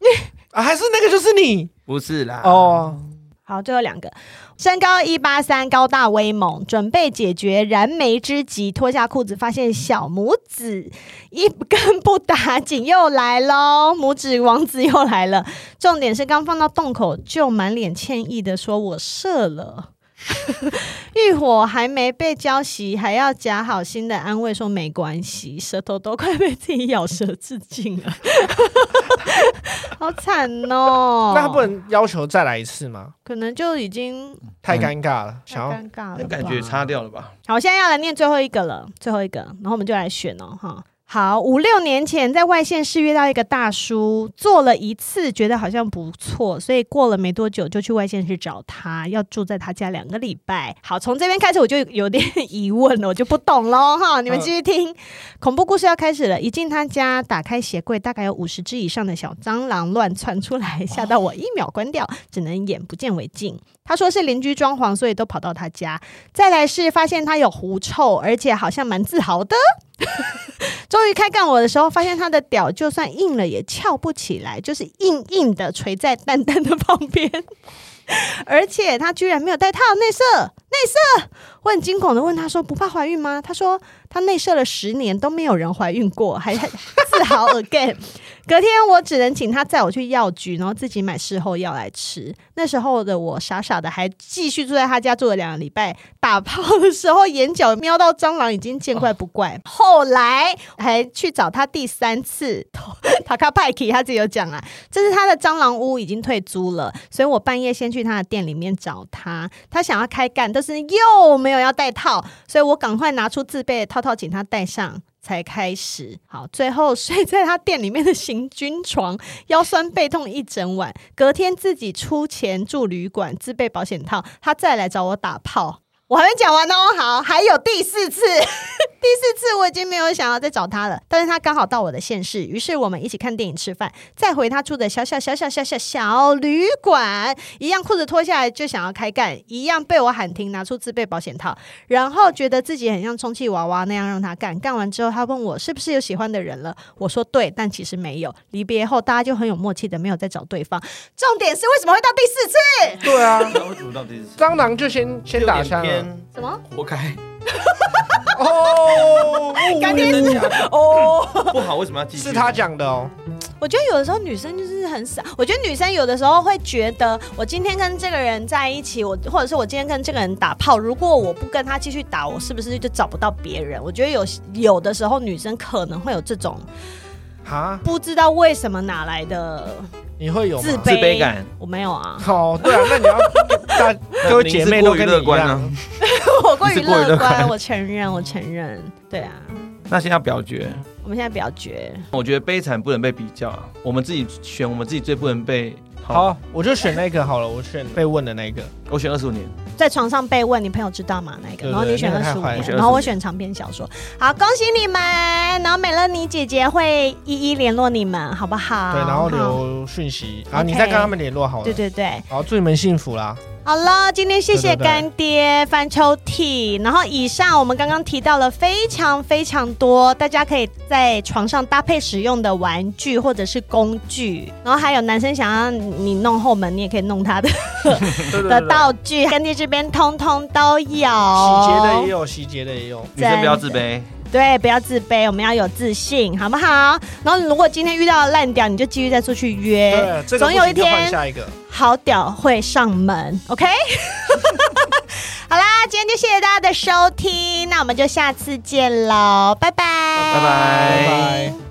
Speaker 2: 啊，还是那个就是你
Speaker 3: 不是
Speaker 1: 啊
Speaker 3: 啦，
Speaker 2: 哦，
Speaker 1: 好，最后两个，身高一八三，高大威猛，准备解决燃眉之急，脱下裤子发现小拇指一根不打紧又来喽，拇指王子又来了。重点是刚放到洞口就满脸歉意的说：“我射了。”欲火还没被浇熄，还要假好心的安慰说没关系，舌头都快被自己咬舌自尽了， [LAUGHS] 好惨哦！
Speaker 2: [LAUGHS] 那他不能要求再来一次吗？
Speaker 1: 可能就已经
Speaker 2: 太尴尬了，想要
Speaker 1: 太尴尬了
Speaker 3: 那
Speaker 1: 吧，
Speaker 3: 感觉擦掉了吧？
Speaker 1: 好，我现在要来念最后一个了，最后一个，然后我们就来选哦，哈。好，五六年前在外县市约到一个大叔，做了一次，觉得好像不错，所以过了没多久就去外县市找他，要住在他家两个礼拜。好，从这边开始我就有点疑问了，我就不懂喽哈，你们继续听。恐怖故事要开始了，一进他家，打开鞋柜，大概有五十只以上的小蟑螂乱窜出来，吓到我一秒关掉，只能眼不见为净。他说是邻居装潢，所以都跑到他家。再来是发现他有狐臭，而且好像蛮自豪的。 [LAUGHS] 终于开干我的时候，发现他的屌就算硬了也翘不起来，就是硬硬的垂在蛋蛋的旁边。 [LAUGHS] 而且他居然没有戴套，内射，内射！我很惊恐的问他说：“不怕怀孕吗？”他说：“他内射了十年都没有人怀孕过，还还自豪 again。”隔天 [LAUGHS] 我只能请他载我去药局，然后自己买事后药来吃。那时候的我傻傻的还继续住在他家住了两个礼拜，打炮的时候眼角瞄到蟑螂已经见怪不怪。后来还去找他第三次， [LAUGHS] 塔卡派克他自己有讲啊，这是他的蟑螂屋已经退租了，所以我半夜先去他的店里面找他，他想要开干，但是又没有要戴套，所以我赶快拿出自备的套套请他戴上。才开始好，最后睡在他店里面的行军床，腰酸背痛一整晚。隔天自己出钱住旅馆，自备保险套，他再来找我打炮。我还没讲完哦，好，还有第四次， [LAUGHS] 第四次我已经没有想要再找他了，但是他刚好到我的县市，于是我们一起看电影、吃饭，再回他住的小小小小小小小旅馆，一样裤子脱下来就想要开干，一样被我喊停，拿出自备保险套，然后觉得自己很像充气娃娃那样让他干，干完之后他问我是不是有喜欢的人了，我说对，但其实没有。离别后大家就很有默契的没有再找对方，重点是为什么会到第四次？
Speaker 2: 对啊，
Speaker 3: 那为什么到底是
Speaker 2: 蟑螂就 [LAUGHS] 先先打枪
Speaker 3: 下
Speaker 2: 啊了。
Speaker 1: 什么？
Speaker 4: 活该。
Speaker 2: 哦，
Speaker 1: 干爹
Speaker 3: 真
Speaker 4: [LAUGHS]
Speaker 3: 假的
Speaker 1: 哦。
Speaker 3: 不好，为什么要继续？
Speaker 2: 是他讲的哦，
Speaker 1: 我觉得有的时候女生就是很傻，我觉得女生有的时候会觉得，我今天跟这个人在一起，我或者是我今天跟这个人打炮，如果我不跟他继续打，我是不是就找不到别人？我觉得有有的时候女生可能会有这种
Speaker 2: 哈，
Speaker 1: 不知道为什么哪来的
Speaker 2: 你会有
Speaker 1: 自
Speaker 2: 吗？
Speaker 1: 卑
Speaker 4: 自卑感，
Speaker 1: 我没有啊，
Speaker 2: 哦，对啊，那你要大 [LAUGHS] 各位姐妹都
Speaker 4: 那
Speaker 2: 跟你
Speaker 4: 您是
Speaker 2: 一
Speaker 4: 过于乐观
Speaker 2: 样
Speaker 4: 啊，
Speaker 1: 我过于
Speaker 4: 你是过于
Speaker 1: 乐
Speaker 4: 乐
Speaker 1: 观，
Speaker 4: 观
Speaker 1: [LAUGHS] 我承认，我承认，对啊，
Speaker 4: 那先要表决，
Speaker 1: 我们现在表决，
Speaker 4: 我觉得悲惨不能被比较啊，我们自己选，我们自己最不能被。
Speaker 2: 好，我就选那个好了，我选被问的那个。
Speaker 4: 我选二十五年，
Speaker 1: 在床上被问，你朋友知道吗？哪一个？
Speaker 2: 对
Speaker 1: 然后你
Speaker 2: 对
Speaker 1: 选
Speaker 2: 那
Speaker 1: 二
Speaker 2: 个太
Speaker 1: 十五
Speaker 2: 坏了
Speaker 1: 年
Speaker 4: 我，选
Speaker 1: 然后我
Speaker 4: 25
Speaker 1: 选长篇小说。好，恭喜你们！然后美乐妮姐姐会一一联络你们，好不好？
Speaker 2: 对，然后
Speaker 1: 哦好。
Speaker 2: 留讯息，然后
Speaker 1: OK
Speaker 2: 你再跟他们联络好了。
Speaker 1: 对，对对，
Speaker 2: 好，祝你们幸福啦！
Speaker 1: 好了，今天谢谢
Speaker 2: 对对对
Speaker 1: 干爹翻抽屉。然后以上我们刚刚提到了非常非常多，大家可以在床上搭配使用的玩具或者是工具。然后还有男生想要你弄后门，你也可以弄
Speaker 2: [LAUGHS]
Speaker 1: 他的的道具，干爹这边通通都有。
Speaker 2: 洗劫的也有，洗劫的也有。
Speaker 4: 女生不要自卑，
Speaker 1: 对，不要自卑，我们要有自信，好不好？然后如果今天遇到烂屌，你就继续再出去约，
Speaker 2: 对，这个
Speaker 1: 总
Speaker 2: 不
Speaker 1: 有一
Speaker 2: 行就换
Speaker 1: 天
Speaker 2: 下一个。
Speaker 1: 好屌会上门，OK？好啦，今天就谢谢大家的收听，那我们就下次见喽，拜拜，
Speaker 4: 拜拜
Speaker 2: 拜拜